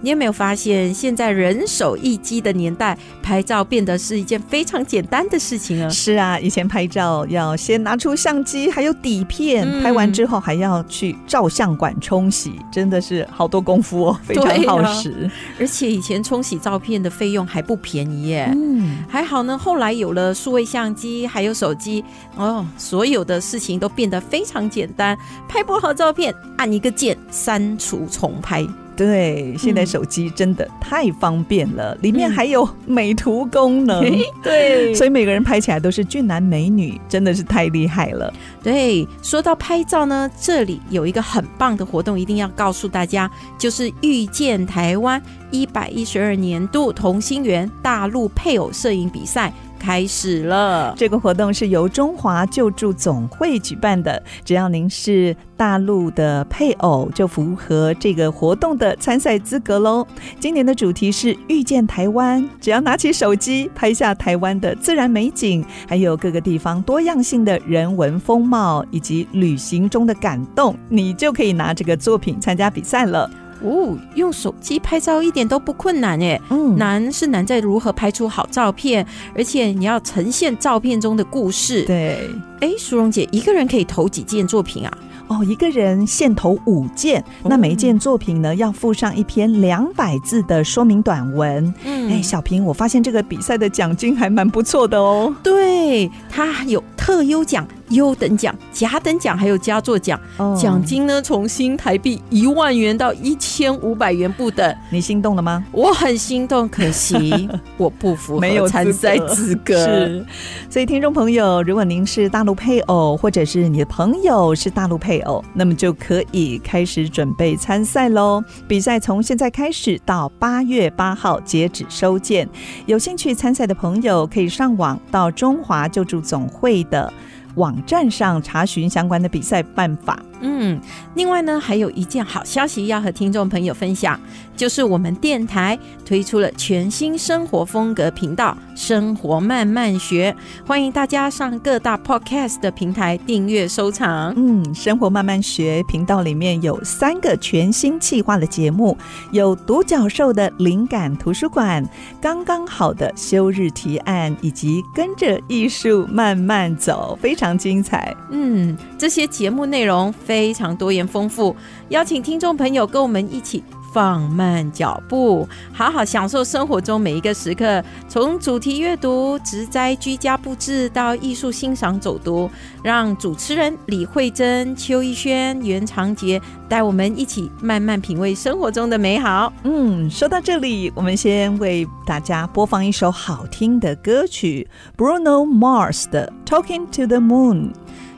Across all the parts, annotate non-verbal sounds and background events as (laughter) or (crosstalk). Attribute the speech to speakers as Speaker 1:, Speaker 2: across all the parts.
Speaker 1: 你有没有发现，现在人手一机的年代，拍照变得是一件非常简单的事情啊？
Speaker 2: 是啊，以前拍照要先拿出相机，还有底片，
Speaker 1: 嗯
Speaker 2: 拍完之后还要去照相馆冲洗，真的是好多功夫
Speaker 1: (laughs)
Speaker 2: 哦，非常
Speaker 1: 对啊
Speaker 2: 耗时。
Speaker 1: 而且以前冲洗照片的费用还不便宜耶。
Speaker 2: 嗯，
Speaker 1: 还好呢，后来有了数位相机，还有手机，哦，所有的事情都变得非常简单。拍不好照片，按一个键删除重拍。
Speaker 2: 对，现在手机真的太方便了，
Speaker 1: 嗯
Speaker 2: 里面还有美图功能，
Speaker 1: 对
Speaker 2: 所以每个人拍起来都是俊男美女，真的是太厉害了。
Speaker 1: 对，说到拍照呢，这里有一个很棒的活动，一定要告诉大家，就是遇见台湾一百一十二年度同心圆大陆配偶摄影比赛开始了。
Speaker 2: 这个活动是由中华救助总会举办的，只要您是大陆的配偶，就符合这个活动的参赛资格喽。今年的主题是遇见台湾，只要拿起手机拍下台湾的自然美景，还有各个地方多样性的人文风貌以及旅行中的感动，你就可以拿这个作品参加比赛了。
Speaker 1: 哦，用手机拍照一点都不困难诶，
Speaker 2: 嗯
Speaker 1: 难是难在如何拍出好照片，而且你要呈现照片中的故事。
Speaker 2: 对。
Speaker 1: 哎，苏荣姐，一个人可以投几件作品啊？
Speaker 2: 哦，一个人限投五件，
Speaker 1: 哦
Speaker 2: 那每一件作品呢要附上一篇两百字的说明短文。
Speaker 1: 嗯
Speaker 2: 哎，小平，我发现这个比赛的奖金还蛮不错的哦。
Speaker 1: 对，它有特优奖、优等奖、甲等奖，还有佳作奖。
Speaker 2: 哦
Speaker 1: 奖，金呢，从新台币一万元到一千五百元不等。
Speaker 2: 你心动了吗？
Speaker 1: 我很心动，可
Speaker 2: (laughs)
Speaker 1: 惜我不符
Speaker 2: 没有
Speaker 1: 合参赛
Speaker 2: 资
Speaker 1: 资格。
Speaker 2: 是，所以听众朋友，如果您是大陆配偶，或者是你的朋友是大陆配偶，那么就可以开始准备参赛喽。比赛从现在开始到八月八号截止收件，有兴趣参赛的朋友可以上网到中华救助总会的网站上查询相关的比赛办法。
Speaker 1: 嗯，另外呢，还有一件好消息要和听众朋友分享，就是我们电台推出了全新生活风格频道《生活慢慢学》，欢迎大家上各大 Podcast 的平台订阅收藏。
Speaker 2: 嗯，生活慢慢学频道里面有三个全新企划的节目，有独角兽的灵感图书馆、刚刚好的休日提案，以及跟着艺术慢慢走，非常精彩。
Speaker 1: 嗯，这些节目内容非常多元丰富，邀请听众朋友跟我们一起放慢脚步，好好享受生活中每一个时刻。从主题阅读、植栽居家布置到艺术欣赏走读，让主持人李慧珍、邱逸轩、袁长杰带我们一起慢慢品味生活中的美好。
Speaker 2: 嗯，说到这里，我们先为大家播放一首好听的歌曲，Bruno Mars 的《Talking to the Moon》。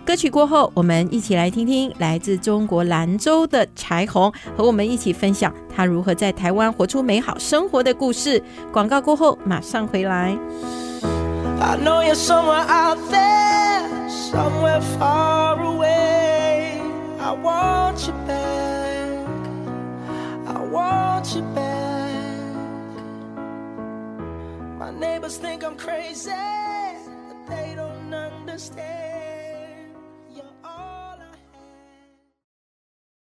Speaker 1: 歌曲过后，我们一起来听听来自中国兰州的柴红，和我们一起分享她如何在台湾活出美好生活的故事。广告过后马上回来。
Speaker 3: I know you're somewhere out there, somewhere far away. I want you back. I want you back. My neighbors think I'm crazy, but they don't understand. You're all I have.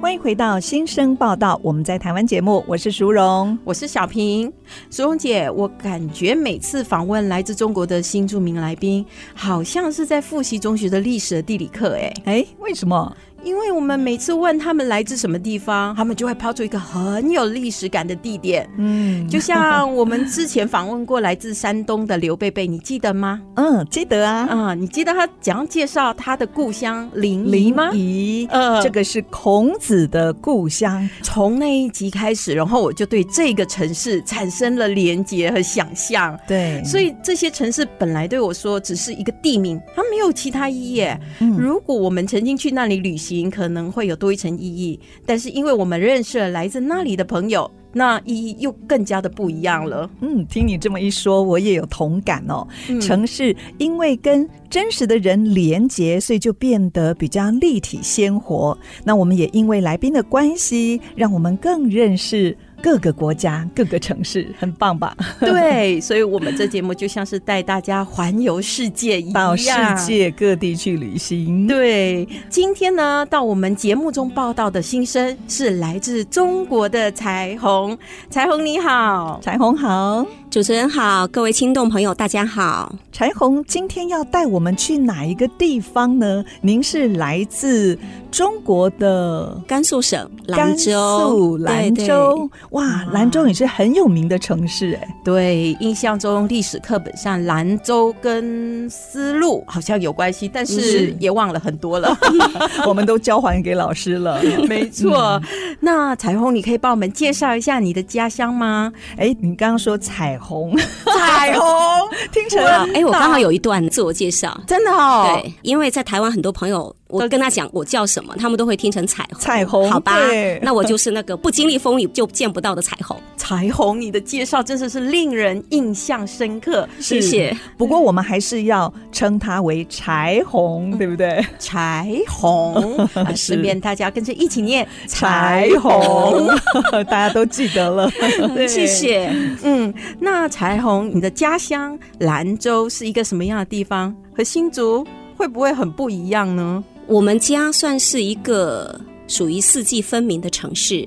Speaker 2: 欢迎回到新生报道，我们在台湾节目，我是淑荣。
Speaker 1: 我是小平，苏荣姐，我感觉每次访问来自中国的新著名来宾，好像是在复习中学的历史的地理课，哎，
Speaker 2: 哎，为什么？
Speaker 1: 因为我们每次问他们来自什么地方，他们就会抛出一个很有历史感的地点。
Speaker 2: 嗯
Speaker 1: 就像我们之前访问过来自山东的刘贝贝，你记得吗？
Speaker 2: 嗯，记得啊，
Speaker 1: 啊、你记得他怎样介绍他的故乡临沂吗？
Speaker 2: 沂，
Speaker 1: 呃
Speaker 2: 嗯这个是孔子的故乡。
Speaker 1: 从那一集开始，然后我就对这个城市产生了连结和想象。
Speaker 2: 对，
Speaker 1: 所以这些城市本来对我说只是一个地名，它没有其他意义耶。
Speaker 2: 嗯
Speaker 1: 如果我们曾经去那里旅行，可能会有多一层意义，但是因为我们认识了来自那里的朋友，那意义又更加的不一样了。
Speaker 2: 嗯，听你这么一说，我也有同感哦。
Speaker 1: 嗯
Speaker 2: 城市因为跟真实的人连结，所以就变得比较立体鲜活。那我们也因为来宾的关系，让我们更认识各个国家、各个城市，很棒吧？
Speaker 1: 对，所以我们这节目就像是带大家环游世界一样，
Speaker 2: 到世。界各地去旅行。
Speaker 1: 对，今天呢，到我们节目中报道的新生是来自中国的彩虹。彩虹你好，
Speaker 2: 彩虹好，
Speaker 4: 主持人好，各位听众朋友，大家好。
Speaker 2: 彩虹今天要带我们去哪一个地方呢？您是来自中国的
Speaker 4: 甘肃省兰
Speaker 2: 甘
Speaker 4: 州
Speaker 2: 肃，兰
Speaker 4: 对
Speaker 2: 州，哇，
Speaker 1: 哇
Speaker 2: 兰州也是很有名的城市
Speaker 4: (laughs)
Speaker 2: 哎。
Speaker 1: 对，印象中历史课本上兰州跟丝路好像有关系，但是
Speaker 4: 是
Speaker 1: 也忘了很多了。
Speaker 2: 我们都交还给老师
Speaker 4: (laughs)
Speaker 2: 了。
Speaker 1: (laughs) 没 (laughs) 错，嗯那彩虹，你可以帮我们介绍一下你的家乡吗？
Speaker 2: 哎，你刚刚说彩虹，
Speaker 1: 彩虹，
Speaker 2: 听成
Speaker 4: 对哎，我刚好有一段自我介绍。
Speaker 1: (laughs) 真的哦，
Speaker 4: 对，因为在台湾很多朋友，我跟他讲我叫什么，他们都会听成彩虹。
Speaker 2: 彩虹
Speaker 4: 好吧
Speaker 2: 对，
Speaker 4: 那我就是那个不经历风雨就见不到的彩
Speaker 2: (laughs)
Speaker 4: 虹。
Speaker 1: 彩虹，你的介绍真的是令人印象深刻。
Speaker 4: 谢谢。
Speaker 2: 不过我们还是要称它为彩
Speaker 4: 嗯
Speaker 2: 虹，对不对？
Speaker 1: 彩 (laughs) 虹，啊
Speaker 2: 是
Speaker 1: 顺便大家跟着一起念
Speaker 2: 彩虹， (laughs) 大家都记得了。
Speaker 1: 对
Speaker 4: 谢谢。
Speaker 2: (laughs)
Speaker 1: 嗯，那彩虹，你的家乡兰州是一个什么样的地方？和新竹会不会很不一样呢？
Speaker 4: 我们家算是一个属于四季分明的城市，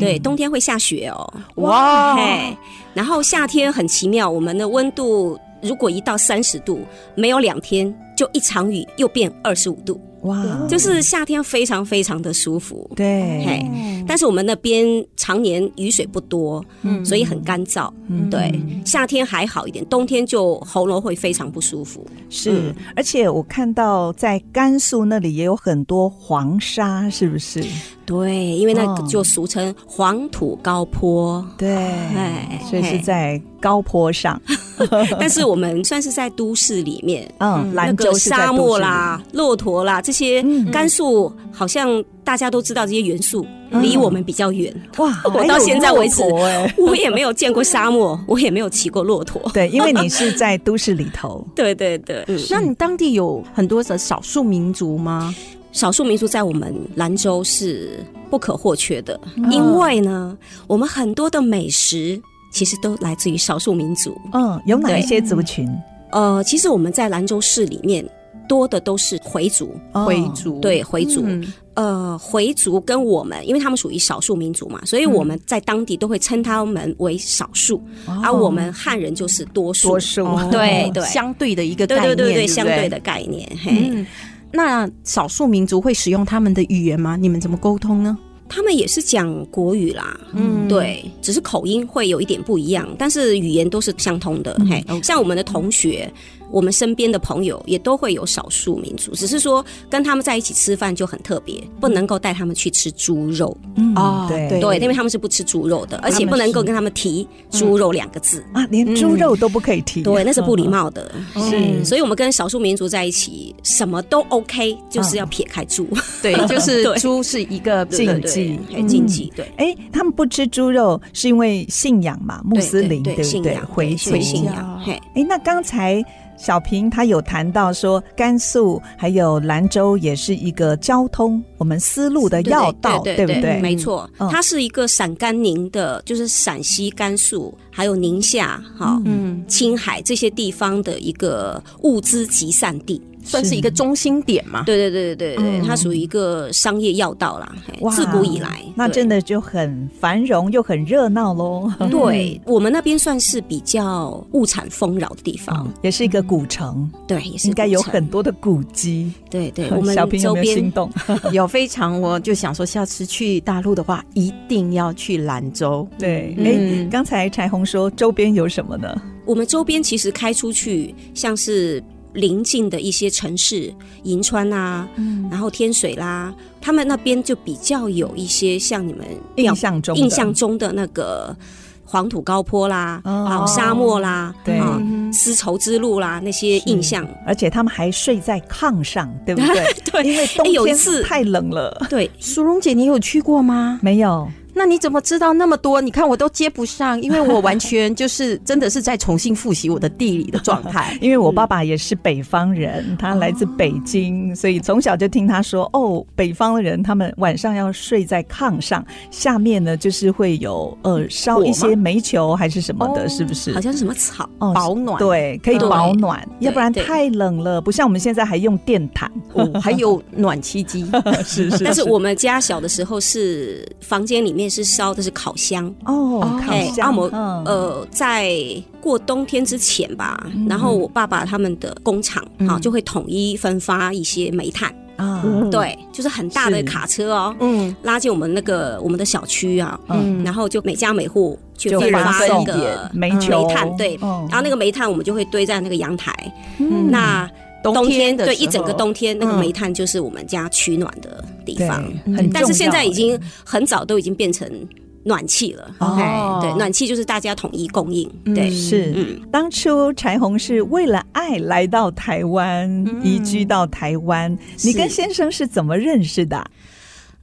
Speaker 4: 对，
Speaker 2: 嗯
Speaker 4: 冬天会下雪哦，
Speaker 1: 哇
Speaker 4: 嘿，然后夏天很奇妙，我们的温度如果一到三十度，没有两天就一场雨又变二十五度，
Speaker 2: 嗯哇，
Speaker 4: 就是夏天非常非常的舒服，
Speaker 2: 对
Speaker 4: 嘿，
Speaker 2: 嗯
Speaker 4: 但是我们那边常年雨水不多，
Speaker 1: 嗯
Speaker 4: 所以很干燥，
Speaker 2: 嗯
Speaker 4: 对，夏天还好一点，冬天就喉咙会非常不舒服，嗯
Speaker 2: 是。而且我看到在甘肃那里也有很多黄沙，是不是？
Speaker 4: 哎对，因为那个
Speaker 2: 哦
Speaker 4: 就俗称黄土高坡。
Speaker 2: 对，
Speaker 4: 哎
Speaker 2: 嗯所以是在高坡上。
Speaker 4: 但是我们算是在都市里面，
Speaker 2: 嗯，
Speaker 4: 那
Speaker 2: 兰
Speaker 4: 个
Speaker 2: 州是在
Speaker 4: 沙
Speaker 2: 都
Speaker 4: 漠
Speaker 2: 市里
Speaker 4: 啦、骆驼啦这些
Speaker 2: 嗯，
Speaker 4: 甘肃好像大家都知道这些元素，
Speaker 2: 嗯
Speaker 4: 离我们比较远。
Speaker 2: (laughs) 哇，哎
Speaker 4: 我
Speaker 2: 还
Speaker 4: 到
Speaker 2: 有
Speaker 4: 现在
Speaker 2: 骆
Speaker 4: 为止
Speaker 2: 驼
Speaker 4: (laughs)
Speaker 2: 哎
Speaker 4: 我也没有见过沙漠，我也没有骑过骆驼。 (laughs)
Speaker 2: 对，因为你是在都市里 (laughs) 头，
Speaker 4: 对对对，
Speaker 2: 嗯
Speaker 1: 那你当地有很多的少数民族吗？
Speaker 4: 少数民族在我们兰州是不可或缺的，
Speaker 2: 嗯
Speaker 4: 因为呢，我们很多的美食其实都来自于少数民族。
Speaker 2: 嗯，有哪一
Speaker 4: 对
Speaker 2: 些族群？
Speaker 4: 呃，其实我们在兰州市里面多的都是回族，
Speaker 2: 哦
Speaker 1: 回族，
Speaker 4: 对回族。
Speaker 1: 嗯
Speaker 4: 呃，回族跟我们，因为他们属于少数民族嘛，所以我们在当地都会称他们为少数，而、
Speaker 2: 哦
Speaker 4: 我们汉人就是多数。
Speaker 2: 多数，
Speaker 4: 哦对对
Speaker 1: 哦相对的一个概
Speaker 4: 对
Speaker 1: 念，
Speaker 4: 对对
Speaker 1: 对，
Speaker 4: 相对。的哎概念。嘿，
Speaker 1: 嗯，那少数民族会使用他们的语言吗？你们怎么沟通呢？
Speaker 4: 他们也是讲国语啦，
Speaker 1: 嗯，
Speaker 4: 对，只是口音会有一点不一样，但是语言都是相通的。嘿，像我们的同学，我们身边的朋友也都会有少数民族，只是说跟他们在一起吃饭就很特别，不能够带他们去吃猪肉，
Speaker 2: 嗯
Speaker 1: 哦对
Speaker 4: 对，因为他们是不吃猪肉的，而且不能够跟他们提猪肉两个字。
Speaker 2: 啊，连猪肉都不可以提，
Speaker 4: 嗯
Speaker 2: 啊嗯
Speaker 4: 对，那是不礼貌的。
Speaker 2: 哦
Speaker 1: 是
Speaker 4: 所以我们跟少数民族在一起，什么都 OK，就是
Speaker 2: 嗯
Speaker 4: 要撇开猪，
Speaker 1: 对，就是
Speaker 4: (laughs) 对
Speaker 1: 猪是一个
Speaker 2: 禁
Speaker 4: 对
Speaker 2: 忌
Speaker 4: (laughs) 对对禁忌，对。
Speaker 2: 哎，他们不吃猪肉是因为信仰嘛，穆斯林
Speaker 4: 对
Speaker 2: 不
Speaker 4: 信
Speaker 2: 对？
Speaker 4: 仰
Speaker 2: 回
Speaker 4: 是
Speaker 2: 族
Speaker 4: 信仰，嘿，
Speaker 2: 哎，那刚才小平他有谈到说，甘肃还有兰州也是一个交通我们丝路的
Speaker 4: 对
Speaker 2: 要道，
Speaker 4: 对
Speaker 2: 不对？
Speaker 4: 没错，
Speaker 2: 嗯
Speaker 4: 它是一个陕甘宁的，就是陕西、甘肃还有宁夏哈、
Speaker 1: 嗯
Speaker 4: 青海这些地方的一个物资集散地。
Speaker 1: 算是一个中心点嘛。
Speaker 4: 对对对对对对，
Speaker 2: 啊嗯
Speaker 4: 它属于一个商业要道啦，嘿
Speaker 2: 哇
Speaker 4: 自古以来，
Speaker 2: 那
Speaker 4: 对嗯
Speaker 2: 真的就很繁荣又很热闹喽。嗯
Speaker 4: 对我们那边算是比较物产丰饶的地方
Speaker 2: 嗯，也是一个古城，
Speaker 4: 对，嗯也是
Speaker 2: 应该有
Speaker 4: 古城
Speaker 2: 很多的古迹。
Speaker 4: 对对，我
Speaker 2: (laughs)
Speaker 4: 们
Speaker 2: 小平有没
Speaker 4: 周
Speaker 2: 有心
Speaker 4: 边
Speaker 2: 动？
Speaker 1: 有非常，我就想说，下次去大陆的话，一定要去兰州。
Speaker 2: 对，哎、
Speaker 1: 嗯
Speaker 2: 刚才彩虹说周边有什么呢？
Speaker 4: 我们周边其实开出去，像是邻近的一些城市，银川啊，
Speaker 2: 嗯
Speaker 4: 然后天水啦，他们那边就比较有一些像你们
Speaker 2: 印象中的，
Speaker 4: 印象中的那个黄土高坡啦，
Speaker 2: 哦
Speaker 4: 啊、沙漠啦，
Speaker 2: 对
Speaker 1: 嗯
Speaker 4: 啊、丝绸之路啦那些印
Speaker 2: (laughs)
Speaker 4: 象。
Speaker 2: 而且他们还睡在炕上，对不对？
Speaker 4: (laughs) 对
Speaker 2: 因为冬
Speaker 4: 哎有一
Speaker 2: 天
Speaker 4: 次
Speaker 2: 太冷了。
Speaker 4: 对，
Speaker 1: 淑荣姐，你有去过吗？
Speaker 2: 没有，。
Speaker 1: 那你怎么知道那么多？你看我都接不上，因为我完全就是真的是在重新复习我的地理的状态
Speaker 2: 因为我
Speaker 4: 嗯
Speaker 2: 爸爸也是北方人，他来
Speaker 4: 哦
Speaker 2: 自北京，所以从小就听他说，哦，北方的人他们晚上要睡在炕上，下面呢就是会有呃烧
Speaker 1: 火吗
Speaker 2: 一些煤球还是什么的，
Speaker 1: 哦
Speaker 2: 是不是
Speaker 4: 好？像是什么草，
Speaker 2: (laughs) 哦
Speaker 1: 保暖
Speaker 2: 对，可以
Speaker 4: 对
Speaker 2: 保暖，
Speaker 4: 对
Speaker 2: 要不然
Speaker 4: 对
Speaker 2: 太冷了，不像我们现在还用电毯。
Speaker 1: 哦，还有暖气机，
Speaker 2: 是是
Speaker 4: 但是我们家小的时候是房间里面是烧的是烤箱，
Speaker 2: 哦，
Speaker 1: 哦
Speaker 2: 烤
Speaker 4: 哎，
Speaker 2: 箱，
Speaker 4: 摩
Speaker 2: 嗯
Speaker 4: 呃，在过冬天之前吧，然后我爸爸他们的工厂
Speaker 1: 嗯
Speaker 4: 啊、就会统一分发一些煤炭，
Speaker 2: 啊，
Speaker 4: 对，就是很大的卡车哦，
Speaker 1: 嗯，
Speaker 4: 拉进我们那个我们的小区啊，
Speaker 1: 嗯
Speaker 4: 然后就每家每户去
Speaker 2: 就
Speaker 4: 分
Speaker 2: 发
Speaker 4: 发
Speaker 2: 送
Speaker 4: 那
Speaker 2: 一
Speaker 4: 个
Speaker 2: 点煤球
Speaker 4: 炭，对，
Speaker 2: 哦
Speaker 4: 然后那个煤炭我们就会堆在那个阳台，
Speaker 1: 嗯
Speaker 4: 那。冬天
Speaker 1: 的
Speaker 4: 对
Speaker 1: 时候
Speaker 4: 一整个冬天，那个
Speaker 1: 嗯
Speaker 4: 煤炭就是我们家取暖的地
Speaker 2: 对嗯
Speaker 4: 方。
Speaker 2: 很
Speaker 4: 对但
Speaker 2: 嗯重
Speaker 4: 是现在
Speaker 2: 要
Speaker 4: 已经很早都已经变成暖气了。
Speaker 1: 哦
Speaker 4: 对，暖气就是大家统一供应。对，
Speaker 2: 是，
Speaker 4: 嗯
Speaker 2: 当初柴红是为了爱来到台湾，
Speaker 4: 嗯
Speaker 2: 移居到台湾。你跟先生是怎么认识的啊？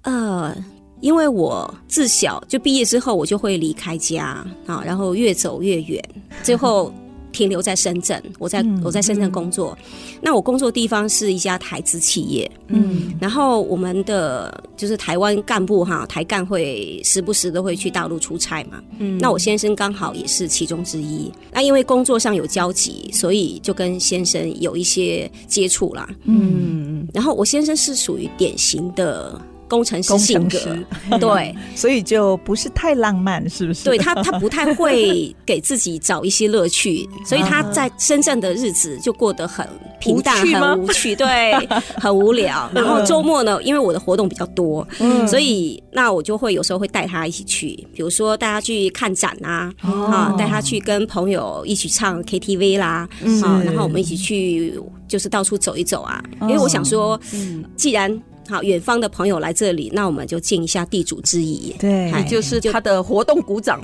Speaker 4: 呃，因为我自小就毕业之后，我就会离开家啊，然后越走越远，最后停留在深圳。我在、我在深圳工作，那我工作地方是一家台资企业，
Speaker 1: 嗯
Speaker 4: 然后我们的就是台湾干部哈，台干会时不时都会去大陆出差嘛。
Speaker 1: 嗯
Speaker 4: 那我先生刚好也是其中之一。那因为工作上有交集，所以就跟先生有一些接触啦。
Speaker 1: 嗯
Speaker 4: 然后我先生是属于典型的工程师
Speaker 2: 工
Speaker 4: 性
Speaker 2: 程
Speaker 4: 格，
Speaker 2: 师，
Speaker 4: 对，
Speaker 2: 所以就不是太浪漫，是不是？
Speaker 4: 对他他不太会给自己找一些乐趣，所以他在深圳的日子就过得很平
Speaker 1: 无
Speaker 4: 淡
Speaker 1: 趣，吗
Speaker 4: 很无趣，对，很无聊。然后周末呢，因为我的活动比较多，所以那我就会有时候会带他一起去，比如说带他去看展啊，啊，带他去跟朋友一起唱 KTV 啦，啊，然后我们一起去就是到处走一走啊，因为我想说，
Speaker 1: 嗯
Speaker 4: 既然好远方的朋友来这里，那我们就尽一下地主之
Speaker 2: (laughs)
Speaker 4: 谊。
Speaker 2: (laughs) 对，
Speaker 4: 嗨
Speaker 1: 就是他的活动鼓掌，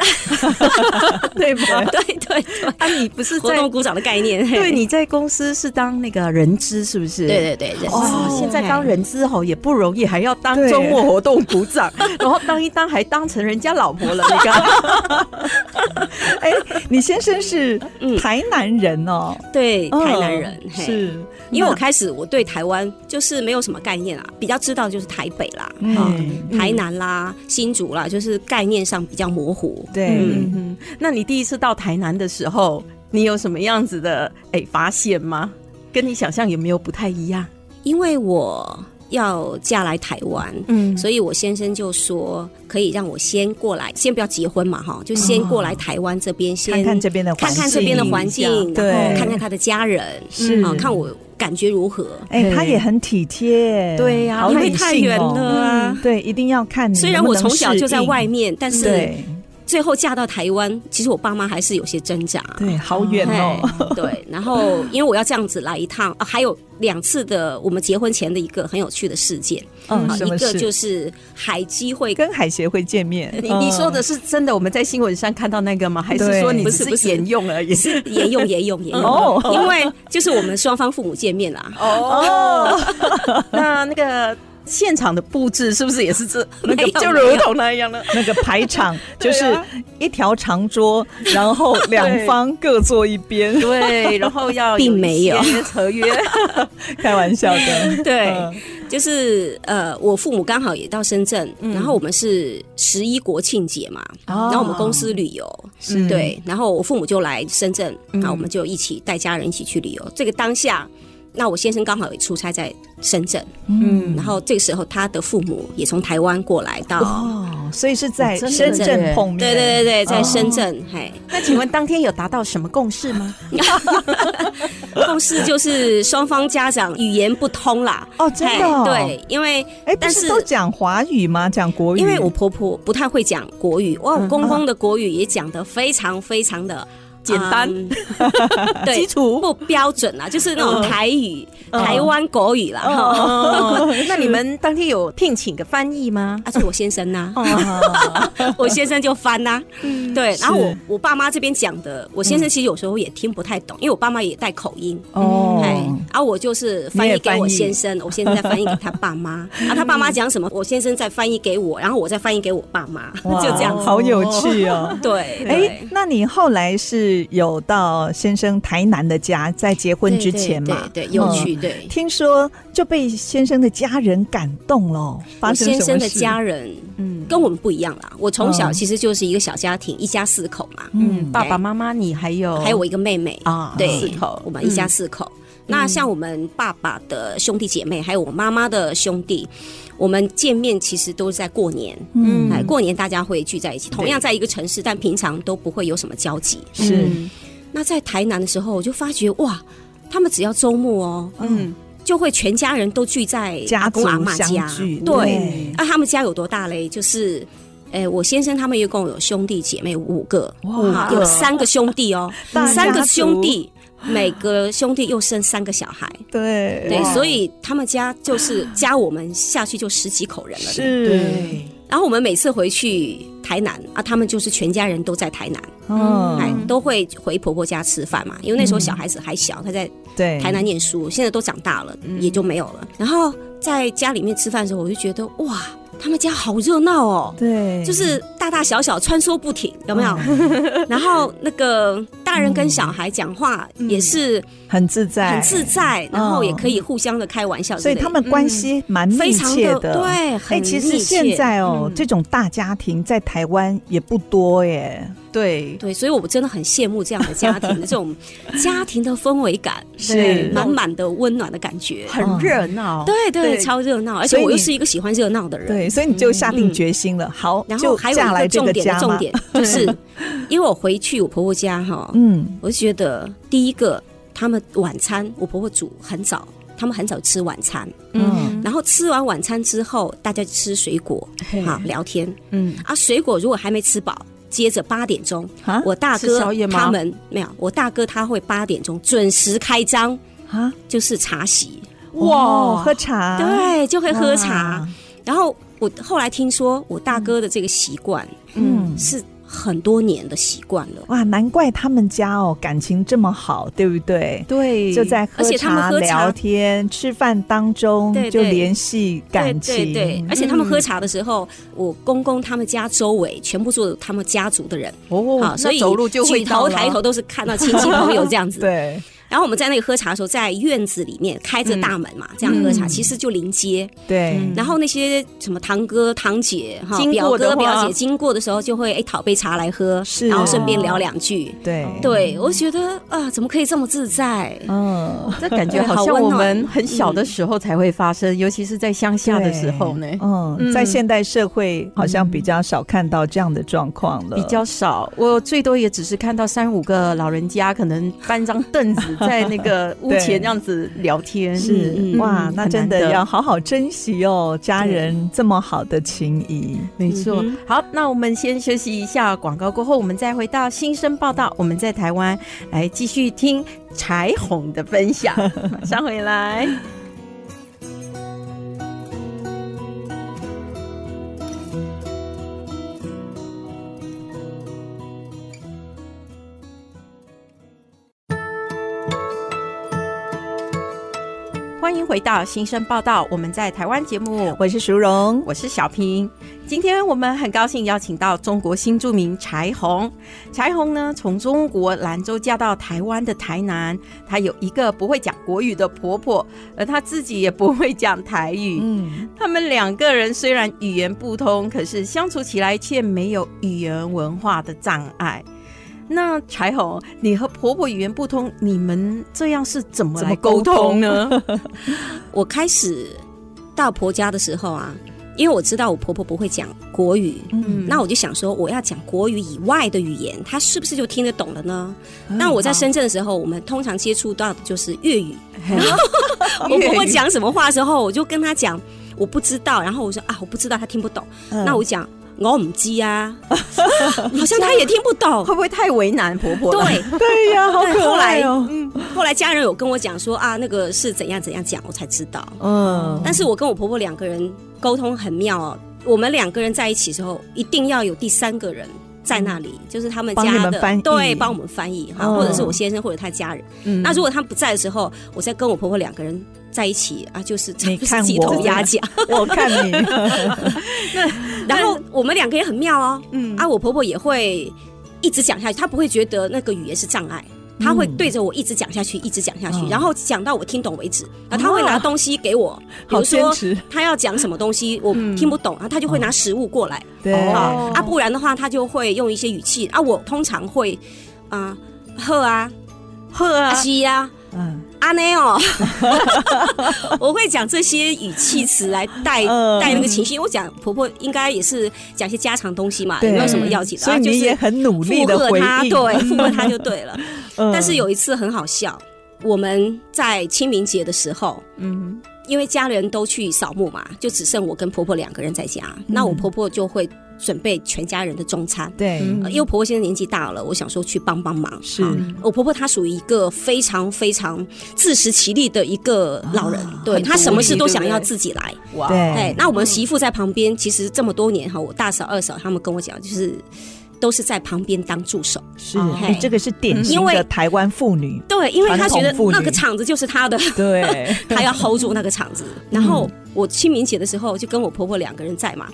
Speaker 2: 对吧？
Speaker 4: 对对对，
Speaker 2: (laughs)
Speaker 1: 啊，你不是
Speaker 4: 活
Speaker 1: 在
Speaker 4: 动鼓掌的概念。嘿
Speaker 1: 对你在公司是当那个人资是不是？
Speaker 4: (laughs) 对对对对，
Speaker 1: 哦，
Speaker 4: 是
Speaker 1: 现在当人资吼也不容易，还要当
Speaker 2: 对
Speaker 1: 周末活动鼓掌， (laughs) 然后当一当还当成人家老婆了，那个
Speaker 2: 哎，你先生
Speaker 4: (laughs)
Speaker 2: 是台南人哦，
Speaker 4: 对
Speaker 2: 嗯
Speaker 4: 嗯台南人，嘿，
Speaker 2: 是
Speaker 4: 因为我开始我对台湾就是没有什么概念啊，比较知道就是台北啦，
Speaker 2: 嗯
Speaker 4: 啊，台南啦、新竹啦，就是概念上比较模糊。
Speaker 2: 对。
Speaker 1: (laughs) 嗯哼，那你第一次到台南的时候，你有什么样子的哎发现吗？跟你想象有没有不太一样？
Speaker 4: 因为我要嫁来台湾，
Speaker 1: 嗯
Speaker 4: 所以我先生就说可以让我先过来，先不要结婚嘛，哈，就先过来台湾这边先
Speaker 2: 哦看看这边的呃环
Speaker 4: 看
Speaker 2: 境，
Speaker 4: 看这边的环境，
Speaker 2: 对
Speaker 4: 然后看看他的家人，
Speaker 2: 是
Speaker 4: 啊，看我感觉如何。
Speaker 2: 哎，他也很体贴，
Speaker 1: 对呀
Speaker 2: 好
Speaker 4: 因
Speaker 2: 理
Speaker 4: 为
Speaker 2: 性
Speaker 4: 太远
Speaker 2: 哦
Speaker 4: 了啊
Speaker 2: 嗯对，一定要看你
Speaker 4: 虽
Speaker 2: 能
Speaker 4: 然
Speaker 2: 不
Speaker 4: 我
Speaker 2: 能
Speaker 4: 从小就在
Speaker 2: 适应
Speaker 4: 外面，但是
Speaker 2: 对
Speaker 4: 最后嫁到台湾，其实我爸妈还是有些挣扎。
Speaker 2: 对，好远哦， (laughs)
Speaker 4: 嘿 (laughs) 对，然后因为我要这样子来一趟，啊、还有两次的我们结婚前的一个很有趣的事件，
Speaker 2: 嗯，
Speaker 4: 啊，
Speaker 2: 什么
Speaker 4: 一个
Speaker 2: 事？
Speaker 4: 就是海基会 (laughs)
Speaker 2: 跟海协会见面。
Speaker 1: 你
Speaker 2: 嗯
Speaker 1: 你说的是真的？我们在新闻上看到那个吗？还是
Speaker 2: 对
Speaker 1: 说你
Speaker 4: 不
Speaker 1: 只
Speaker 4: 是不
Speaker 1: 是
Speaker 4: 是
Speaker 1: 沿用而已？
Speaker 4: 沿用沿用沿
Speaker 2: (laughs)
Speaker 4: 用，
Speaker 2: 哦嗯
Speaker 4: 因为就是我们双方父母见面啦，
Speaker 1: (laughs)
Speaker 2: (laughs)
Speaker 1: 哦， (laughs) 那那个现场的布置是不是也是 (laughs) 这那个
Speaker 4: 没有
Speaker 1: 哎就如同那样的？
Speaker 2: 那个排
Speaker 4: (laughs)
Speaker 2: 场就是
Speaker 1: 对啊
Speaker 2: 一条长桌，然后两方各坐一
Speaker 4: (laughs)
Speaker 1: (laughs)
Speaker 2: 边，
Speaker 1: 对，然后要
Speaker 4: 并没有
Speaker 1: 一些合
Speaker 4: (laughs)
Speaker 1: 约，
Speaker 2: 开玩笑的。
Speaker 4: 对
Speaker 2: 嗯
Speaker 4: 就是呃，我父母刚好也到深圳，
Speaker 2: 嗯
Speaker 4: 然后我们是十一国庆节嘛，然后我们公司旅游，
Speaker 2: 哦是嗯
Speaker 4: 对，然后我父母就来深圳，那、我们就一起带家人一起去旅游。这个当下那我先生刚好也出差在深圳，
Speaker 1: 嗯
Speaker 4: 然后这个时候他的父母也从台湾过来到，
Speaker 2: 哦，所以是在
Speaker 1: 哦真的
Speaker 2: 深圳
Speaker 1: 耶
Speaker 2: 碰面，哦
Speaker 4: 对对对对，在深圳，嘿，
Speaker 1: 那请问当天有达到什么共识吗？
Speaker 4: 共识就是双方家长语言不通啦，
Speaker 2: 哦，真的、哦，
Speaker 4: 嘿，对，因为
Speaker 2: 哎，不
Speaker 4: 但
Speaker 2: 是
Speaker 4: 是
Speaker 2: 都讲华语吗？讲国语？
Speaker 4: 因为我婆婆不太会讲国语，哇，我公公的国语也讲得非常非常的。
Speaker 1: 简单
Speaker 4: 嗯，对，
Speaker 1: 基础
Speaker 4: 不标准啦，就是那种台语、台湾国语啦。哈
Speaker 1: (laughs)
Speaker 4: (laughs)
Speaker 1: 哦，那你们当天有聘请个翻译吗？
Speaker 4: 啊，所以我先生呐、
Speaker 2: 啊
Speaker 4: 我先生就翻呐、对，然后我
Speaker 2: 是
Speaker 4: 我爸妈这边讲的，我先生其实有时候也听不太懂，因为我爸妈也带口音。哎，
Speaker 2: (laughs) 哦，
Speaker 4: 然后我就是翻译给我先生，我先生再翻译给他爸妈，啊，他爸妈讲什么，我先生再翻译给我，然后我再翻译给我爸妈，
Speaker 2: 哇
Speaker 4: (laughs) 就这样子。
Speaker 2: 好有趣哦。
Speaker 4: (laughs) 对，
Speaker 2: 哎
Speaker 4: 对，
Speaker 2: 那你后来是有到先生台南的家，在结婚之前嘛？
Speaker 4: 对对对有
Speaker 2: 嗯
Speaker 4: 趣，对。
Speaker 2: 听说就被先生的家人感动了， (laughs) 发
Speaker 4: 我
Speaker 2: 生什么
Speaker 4: 先
Speaker 2: 事
Speaker 4: 生的家人
Speaker 1: 嗯
Speaker 4: 跟我们不一样啦，我从小
Speaker 2: 嗯
Speaker 4: 其实就是一个小家庭，一家四口嘛，
Speaker 1: 嗯，
Speaker 2: 嗯哦
Speaker 1: 爸爸妈妈，你还有
Speaker 4: 还有我一个妹妹
Speaker 1: 啊
Speaker 4: 对，
Speaker 1: 四口嗯
Speaker 4: 我们一
Speaker 2: 嗯
Speaker 4: 家四口。那像我们爸爸的兄弟姐妹，还有我妈妈的兄弟，我们见面其实都是在过年。
Speaker 2: 嗯
Speaker 4: 哎，过年大家会聚在一起，同样在一个城市，但平常都不会有什么交集。
Speaker 2: 是
Speaker 1: 嗯
Speaker 4: 那在台南的时候，我就发觉哇，他们只要周末哦，
Speaker 1: 嗯
Speaker 4: 就会全家人都聚在
Speaker 2: 家
Speaker 4: 阿
Speaker 2: 族
Speaker 4: 公阿妈
Speaker 2: 相
Speaker 4: 家
Speaker 2: 聚，。
Speaker 4: 对，啊，他们家有多大嘞？就是。哎，我先生他们一共有兄弟姐妹五个，
Speaker 2: 哇，
Speaker 4: 有三个兄弟哦
Speaker 2: (laughs) 大家族
Speaker 4: 三个兄弟，每个兄弟又生三个小孩，
Speaker 2: 对
Speaker 4: 对，
Speaker 2: 哇
Speaker 4: 所以他们家就是加我们下去就十几口人了。
Speaker 2: 是
Speaker 4: 然后我们每次回去台南啊，他们就是全家人都在台南，哎、
Speaker 2: 嗯，
Speaker 4: 都会回婆婆家吃饭嘛，因为那时候小孩子还小，他在
Speaker 2: 对，
Speaker 4: 台南念
Speaker 2: 嗯
Speaker 4: 书，现在都长大了，也就没有了。然后在家里面吃饭的时候，我就觉得哇，他们家好热闹哦。
Speaker 2: 对，
Speaker 4: 就是大大小小穿梭不停，有没有？
Speaker 2: 嗯
Speaker 4: (laughs) 然后那个大人跟小孩讲话也是
Speaker 2: 很自在，
Speaker 4: 很自在，
Speaker 2: 嗯
Speaker 4: 然后也可以互相的开玩笑之
Speaker 2: 所
Speaker 4: 类
Speaker 2: 以
Speaker 4: 的，
Speaker 2: 他们关系蛮密
Speaker 4: 嗯非常
Speaker 2: 切
Speaker 4: 的对，
Speaker 2: 哎、
Speaker 4: 很
Speaker 2: 其实
Speaker 4: 密切
Speaker 2: 现在哦，
Speaker 1: 嗯
Speaker 2: 这种大家庭在台湾也不多耶。
Speaker 1: 对，
Speaker 4: 对，所以我真的很羡慕这样的家庭这种家庭的氛围感，
Speaker 2: (laughs) 是
Speaker 4: 对满满的温暖的感觉，
Speaker 1: 很热闹，
Speaker 4: 对对，
Speaker 2: 对
Speaker 4: 超热闹，而
Speaker 2: 所
Speaker 4: 且
Speaker 2: 以
Speaker 4: 我又
Speaker 2: 你
Speaker 4: 是一个喜欢热闹的人，
Speaker 2: 对，所以你就下定决心了，好，
Speaker 4: 嗯然后
Speaker 2: 就
Speaker 4: 还有
Speaker 2: 嫁
Speaker 4: 一
Speaker 2: 来
Speaker 4: 个
Speaker 2: 这
Speaker 4: 重
Speaker 2: 个
Speaker 4: 点的
Speaker 2: 家
Speaker 4: 重
Speaker 2: 嘛。
Speaker 4: 点，就是因为我回去我婆婆家哈，
Speaker 2: 嗯，
Speaker 4: 我就觉得第一个他们晚餐我婆婆煮很早，他们很早吃晚餐，
Speaker 2: 嗯
Speaker 4: 然后吃完晚餐之后大家吃水果
Speaker 1: 嘿
Speaker 4: 啊聊天
Speaker 1: 嗯，
Speaker 4: 啊，水果如果还没吃饱。接着八点钟
Speaker 2: 啊，
Speaker 4: 我大
Speaker 1: 吃
Speaker 4: 哥
Speaker 1: 宵夜吗
Speaker 4: 他们没有，我大哥他会八点钟准时开张，
Speaker 2: 啊，
Speaker 4: 就是茶席，
Speaker 2: 哇，
Speaker 1: 哇
Speaker 2: 喝茶，
Speaker 4: 对，就会
Speaker 2: 哇，
Speaker 4: 喝
Speaker 1: 啊
Speaker 4: 茶。然后我后来听说，我大哥的这个习惯
Speaker 2: 嗯，
Speaker 4: 是很多年的习惯了。
Speaker 2: 哇，难怪他们家哦感情这么好，对不对？
Speaker 1: 对，
Speaker 2: 就在喝
Speaker 4: 而且他们
Speaker 2: 茶、
Speaker 4: 喝茶
Speaker 2: 聊天、吃饭当中
Speaker 4: 对对
Speaker 2: 就联系感
Speaker 4: 对
Speaker 2: 情，
Speaker 4: 对
Speaker 1: 嗯
Speaker 4: 对，而且他们喝茶的时候，我公公他们家周围全部都是他们家族的人
Speaker 1: 哦
Speaker 4: 啊，所以举头抬头，都是看到亲戚朋友这
Speaker 1: (laughs)
Speaker 4: 样子。
Speaker 2: 对
Speaker 4: 然后我们在那里喝茶的时候，在院子里面开着大门嘛，这样喝茶，其实就临街。
Speaker 2: 对
Speaker 1: 嗯
Speaker 4: 然后那些什么堂哥、堂姐、哈
Speaker 1: 经
Speaker 4: 表
Speaker 1: 过的
Speaker 4: 哥、
Speaker 1: 话啊
Speaker 4: 表姐经过的时候，就会哎讨杯茶来喝
Speaker 2: 是，
Speaker 4: 然后顺便聊两句。
Speaker 2: 对，
Speaker 4: 对，
Speaker 1: 嗯
Speaker 4: 我觉得啊，怎么可以这么自在？
Speaker 2: 嗯。
Speaker 1: 这感觉
Speaker 4: 对
Speaker 1: 好
Speaker 4: 好
Speaker 1: 像
Speaker 4: 温
Speaker 1: 我
Speaker 4: 暖嗯
Speaker 1: 们很小的时候才会发生，尤其是在乡下的时候呢
Speaker 2: 对，嗯，
Speaker 1: 嗯
Speaker 2: 在现代社会好像比较少看到这样的状况了，
Speaker 1: 比较少。我最多也只是看到三五个老人家，可能搬张凳子在那个屋
Speaker 2: 对
Speaker 1: 前这样子聊天，
Speaker 2: 是、
Speaker 1: 嗯
Speaker 2: 哇，那真
Speaker 1: 很
Speaker 2: 的
Speaker 1: 难
Speaker 2: 要好好珍惜哦，家人这么好的情谊。
Speaker 1: 没错。
Speaker 4: 嗯
Speaker 1: 好，那我们先休息一下广告，过后我们再回到新生报道。我们在台湾来继续听柴红的分享，马上回来。欢迎回到新生报道，我们在台湾节目，
Speaker 2: 我是淑荣，
Speaker 1: 我是小平。今天我们很高兴邀请到中国新著名柴红。柴红呢，从中国兰州嫁到台湾的台南，她有一个不会讲国语的婆婆，而她自己也不会讲台语。
Speaker 2: 嗯，
Speaker 1: 他们两个人虽然语言不通，可是相处起来却没有语言文化的障碍。那柴红，你和婆婆语言不通，你们这样是怎么
Speaker 2: 怎
Speaker 1: 来
Speaker 2: 么沟
Speaker 1: 沟通
Speaker 2: 通
Speaker 1: 呢？
Speaker 4: 我开始到婆家的时候啊，因为我知道我婆婆不会讲国语，
Speaker 2: 嗯
Speaker 4: 那我就想说，我要讲国语以外的语言，她是不是就听得懂了呢？那我在
Speaker 2: 身
Speaker 4: 深圳的时候，我们通常接触到的就是粤语。
Speaker 1: 嘿
Speaker 4: (laughs) 我婆婆讲什么话的时候，我就跟她讲我不知道，然后我说啊我不知道，她听不懂。
Speaker 2: 嗯
Speaker 4: 那我讲我唔知啊，好像她也听
Speaker 1: (laughs)
Speaker 4: 不
Speaker 1: (laughs)
Speaker 4: 懂。
Speaker 1: 会不会太为难婆婆了？
Speaker 4: 对，
Speaker 2: 对呀，好
Speaker 4: 对
Speaker 2: 可
Speaker 4: 后
Speaker 2: 爱
Speaker 4: 来嗯
Speaker 2: 哦。
Speaker 4: 后来家人有跟我讲说啊，那个是怎样怎样讲，我才知道。
Speaker 2: 嗯，
Speaker 4: 但是我跟我婆婆两个人沟通很妙哦，我们两个人在一起的时候，一定要有第三个人在那里，就是他们
Speaker 2: 帮你
Speaker 4: 家
Speaker 2: 们
Speaker 4: 的
Speaker 2: 翻译
Speaker 4: 对，帮我们翻译哈，
Speaker 2: 哦
Speaker 4: 或者是我先生或者他家人。
Speaker 1: 嗯
Speaker 4: 那如果他不在的时候，我再跟我婆婆两个人在一起啊，就是
Speaker 2: 你看我
Speaker 4: 鸡同
Speaker 2: (laughs)
Speaker 4: 鸭讲。 (laughs)
Speaker 2: 我看你，
Speaker 4: 然后我们两个也很妙哦，
Speaker 1: 嗯
Speaker 4: 啊，我婆婆也会一直讲下去，她不会觉得那个语言是障碍。
Speaker 2: 嗯
Speaker 4: 她会对着我一直讲下去，一直讲下去，
Speaker 2: 哦
Speaker 4: 然后讲到我听懂为止。然后她会拿东西给我，比
Speaker 2: 好
Speaker 4: 如
Speaker 2: 坚
Speaker 4: 说
Speaker 2: 持，
Speaker 4: 他要讲什么东西，我
Speaker 2: 嗯
Speaker 4: 听不懂，然后啊他就
Speaker 2: 哦
Speaker 4: 会拿食物过来
Speaker 2: 对
Speaker 1: 哦
Speaker 4: 啊，不然的话他就会用一些语气啊，我通常会啊喝啊
Speaker 1: 呵啊
Speaker 4: 啊，西呀
Speaker 2: 嗯，
Speaker 4: 阿内哦， (laughs) 我会讲这些语气词来带
Speaker 2: 嗯
Speaker 4: 带那个情绪。我讲婆婆应该也是讲一些家常东西嘛，
Speaker 2: 对
Speaker 4: 有啊没有什么要紧的？
Speaker 2: 所以
Speaker 4: 啊就
Speaker 2: 你也
Speaker 4: 是
Speaker 2: 很努力
Speaker 4: 附
Speaker 2: 的
Speaker 4: 和
Speaker 2: 回
Speaker 4: 她，
Speaker 2: 应，
Speaker 4: 对，附和她就对了。
Speaker 2: (laughs) 嗯
Speaker 4: 但是有一次很好笑，我们在清明节的时候，
Speaker 1: 嗯
Speaker 4: 因为家人都去扫墓嘛，就只剩我跟婆婆两个人在家。
Speaker 1: 嗯
Speaker 4: 那我婆婆就会准备全家人的中餐，
Speaker 2: 对
Speaker 1: 嗯
Speaker 4: 呃因为婆婆现在年纪大了，我想说去帮帮忙。
Speaker 2: 是
Speaker 4: 啊我婆婆她属于一个非常非常自食其力的一个老人，对
Speaker 1: 啊很
Speaker 4: 她什么事都想
Speaker 1: 独立对嗯
Speaker 4: 要
Speaker 1: 不对啊
Speaker 4: 自己来。
Speaker 1: 哇
Speaker 4: 哎
Speaker 2: 对，，
Speaker 4: 那我们媳妇在旁边，其实这么多年哈，我大嫂、二嫂他们跟我讲，就是都是在旁边当助手。
Speaker 2: 是
Speaker 1: 哦
Speaker 2: 哎这个是典型
Speaker 4: 因为
Speaker 2: 的台湾妇女，
Speaker 4: 对，因为她觉得
Speaker 2: 传统妇女
Speaker 4: 那个场子就是她的。 (laughs)
Speaker 2: 对，
Speaker 4: 她要 hold 住那个场子。
Speaker 1: 嗯
Speaker 4: 然后我清明节的时候就跟我婆婆两个人在嘛，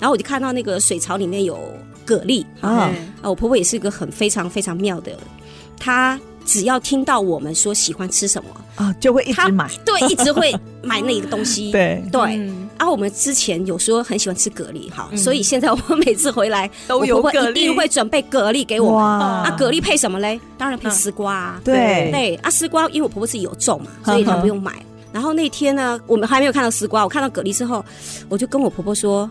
Speaker 4: 然后我就看到那个水槽里面有蛤蜊
Speaker 2: (laughs) 啊
Speaker 4: 啊，
Speaker 1: 嗯
Speaker 4: 啊，我婆婆也是一个很非常非常妙的，她只要听到我们说喜欢吃什么，
Speaker 2: 啊，就会一直
Speaker 4: 她
Speaker 2: 买，
Speaker 4: 对，一
Speaker 1: (laughs)
Speaker 4: 直会买那个东西。
Speaker 2: 对，
Speaker 4: 对。
Speaker 1: 嗯
Speaker 4: 啊，我们之前有说很喜欢吃蛤蜊哈，所以现在我每次回来，
Speaker 1: 都有
Speaker 4: 我婆
Speaker 1: 蛤
Speaker 4: 婆
Speaker 1: 蜊
Speaker 4: 一定会准备蛤蜊给我们。啊，
Speaker 2: 哇，
Speaker 4: 蛤蜊配什么嘞？当然配
Speaker 1: 嗯
Speaker 4: 丝瓜啊。
Speaker 2: 对
Speaker 4: 对啊，丝瓜因为我婆婆自己有种嘛，所以她不用买。然后那天呢，我们还没有看到丝瓜，我看到蛤蜊之后，我就跟我婆婆说：“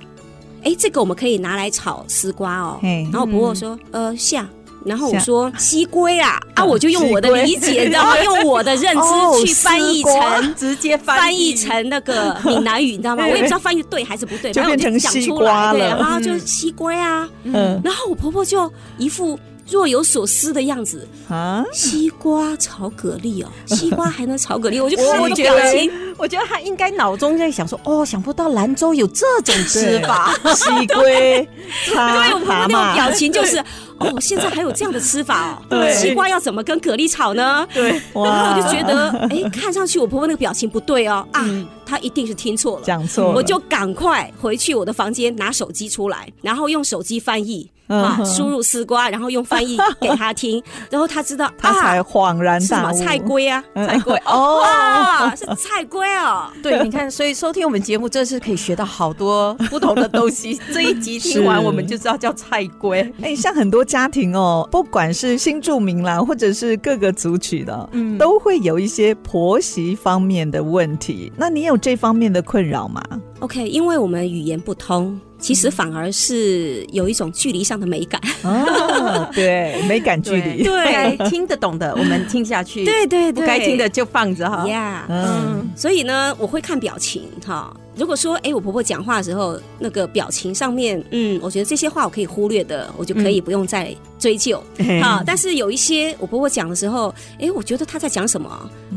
Speaker 4: 哎，这个我们可以拿来炒丝瓜哦。”
Speaker 2: 嘿嗯
Speaker 4: 然后我婆婆说：“呃，下。”然后我
Speaker 2: 下
Speaker 4: 说：“西龟
Speaker 2: (laughs)
Speaker 4: 啊！”啊，我就用我的
Speaker 2: 西龟
Speaker 4: 理解，你知道吗？用我的认
Speaker 2: 哦
Speaker 4: 知去翻
Speaker 2: 丝
Speaker 4: 译
Speaker 2: 瓜
Speaker 1: (laughs)
Speaker 4: 成。
Speaker 1: 直接翻
Speaker 4: 翻译成那
Speaker 2: (laughs)
Speaker 4: 个闽南语，你知道吗？我也不知道翻译对还是不对，
Speaker 2: 就
Speaker 4: 反正我
Speaker 2: 变成
Speaker 4: 讲
Speaker 2: 西
Speaker 4: 出
Speaker 2: 瓜
Speaker 4: 来，对，
Speaker 2: 了
Speaker 4: 然后就西龟啊，
Speaker 2: 嗯
Speaker 4: 然后我婆婆就一副若有所思的样子， (laughs)
Speaker 2: 啊，
Speaker 4: 西瓜炒蛤
Speaker 2: (laughs)
Speaker 4: 蜊哦，西瓜还能炒蛤蜊，我就看
Speaker 1: 我
Speaker 4: 我的
Speaker 1: 觉
Speaker 4: 表
Speaker 1: 得
Speaker 4: 情，，
Speaker 1: 我觉得他应该脑中在想说，哦，想不到兰州有这种吃法， (laughs)
Speaker 2: 西龟、
Speaker 4: 对
Speaker 2: 蛤
Speaker 4: 我婆婆
Speaker 2: 蛤
Speaker 4: 那种
Speaker 2: 蟆，
Speaker 4: 表情
Speaker 2: (laughs)
Speaker 4: 就是，哦，现在还有这样的吃法哦
Speaker 2: 对，
Speaker 4: 西瓜要怎么跟蛤蜊炒呢？
Speaker 1: 对，
Speaker 4: 然 (laughs) 后我就觉
Speaker 2: 哇
Speaker 4: 得，哎，看上去我婆婆那个表情不对哦，啊，她一定是听错了。
Speaker 2: 嗯讲错了，
Speaker 4: 我就赶快回去我的房间拿手机出来，然后用手机翻译啊，
Speaker 2: 嗯
Speaker 4: 输入丝瓜，然后用翻译给她听，然后她知道
Speaker 2: 他才
Speaker 4: 啊
Speaker 2: 恍然
Speaker 4: 是什
Speaker 2: 大悟，
Speaker 4: 么菜
Speaker 2: (laughs)
Speaker 4: 龟啊，
Speaker 2: 菜龟哦，
Speaker 4: 哇，是菜龟哦。
Speaker 1: 对，你看，所以收听我们节目，真的是可以学到好多不同的东 (laughs) 西。这一集听完，
Speaker 2: 是
Speaker 1: 我们就知道叫菜龟。
Speaker 2: 哎，像很多家庭哦，不管是新住民啦，或者是各个族群的，嗯，都会有一些婆媳方面的问题。那你有这方面的困扰
Speaker 1: (laughs)
Speaker 2: 吗？
Speaker 4: OK，因为我们语言不通，其实反而是有一种距离上的美感。
Speaker 2: 啊，对，没感距离，
Speaker 1: (laughs) 对，该听得懂的我们听下去，
Speaker 4: (laughs) 对
Speaker 1: 不该听的就放着哈。
Speaker 4: ，Yeah。
Speaker 2: 嗯，
Speaker 4: 所以呢，我会看表情哈。如果说，哎，我婆婆讲话的时候，那个表情上面，嗯，我觉得这些话我可以忽略的，我就可以不用再追究。
Speaker 1: 嗯
Speaker 4: 好，但是有一些我婆婆讲的时候，哎，我觉得她在讲什么，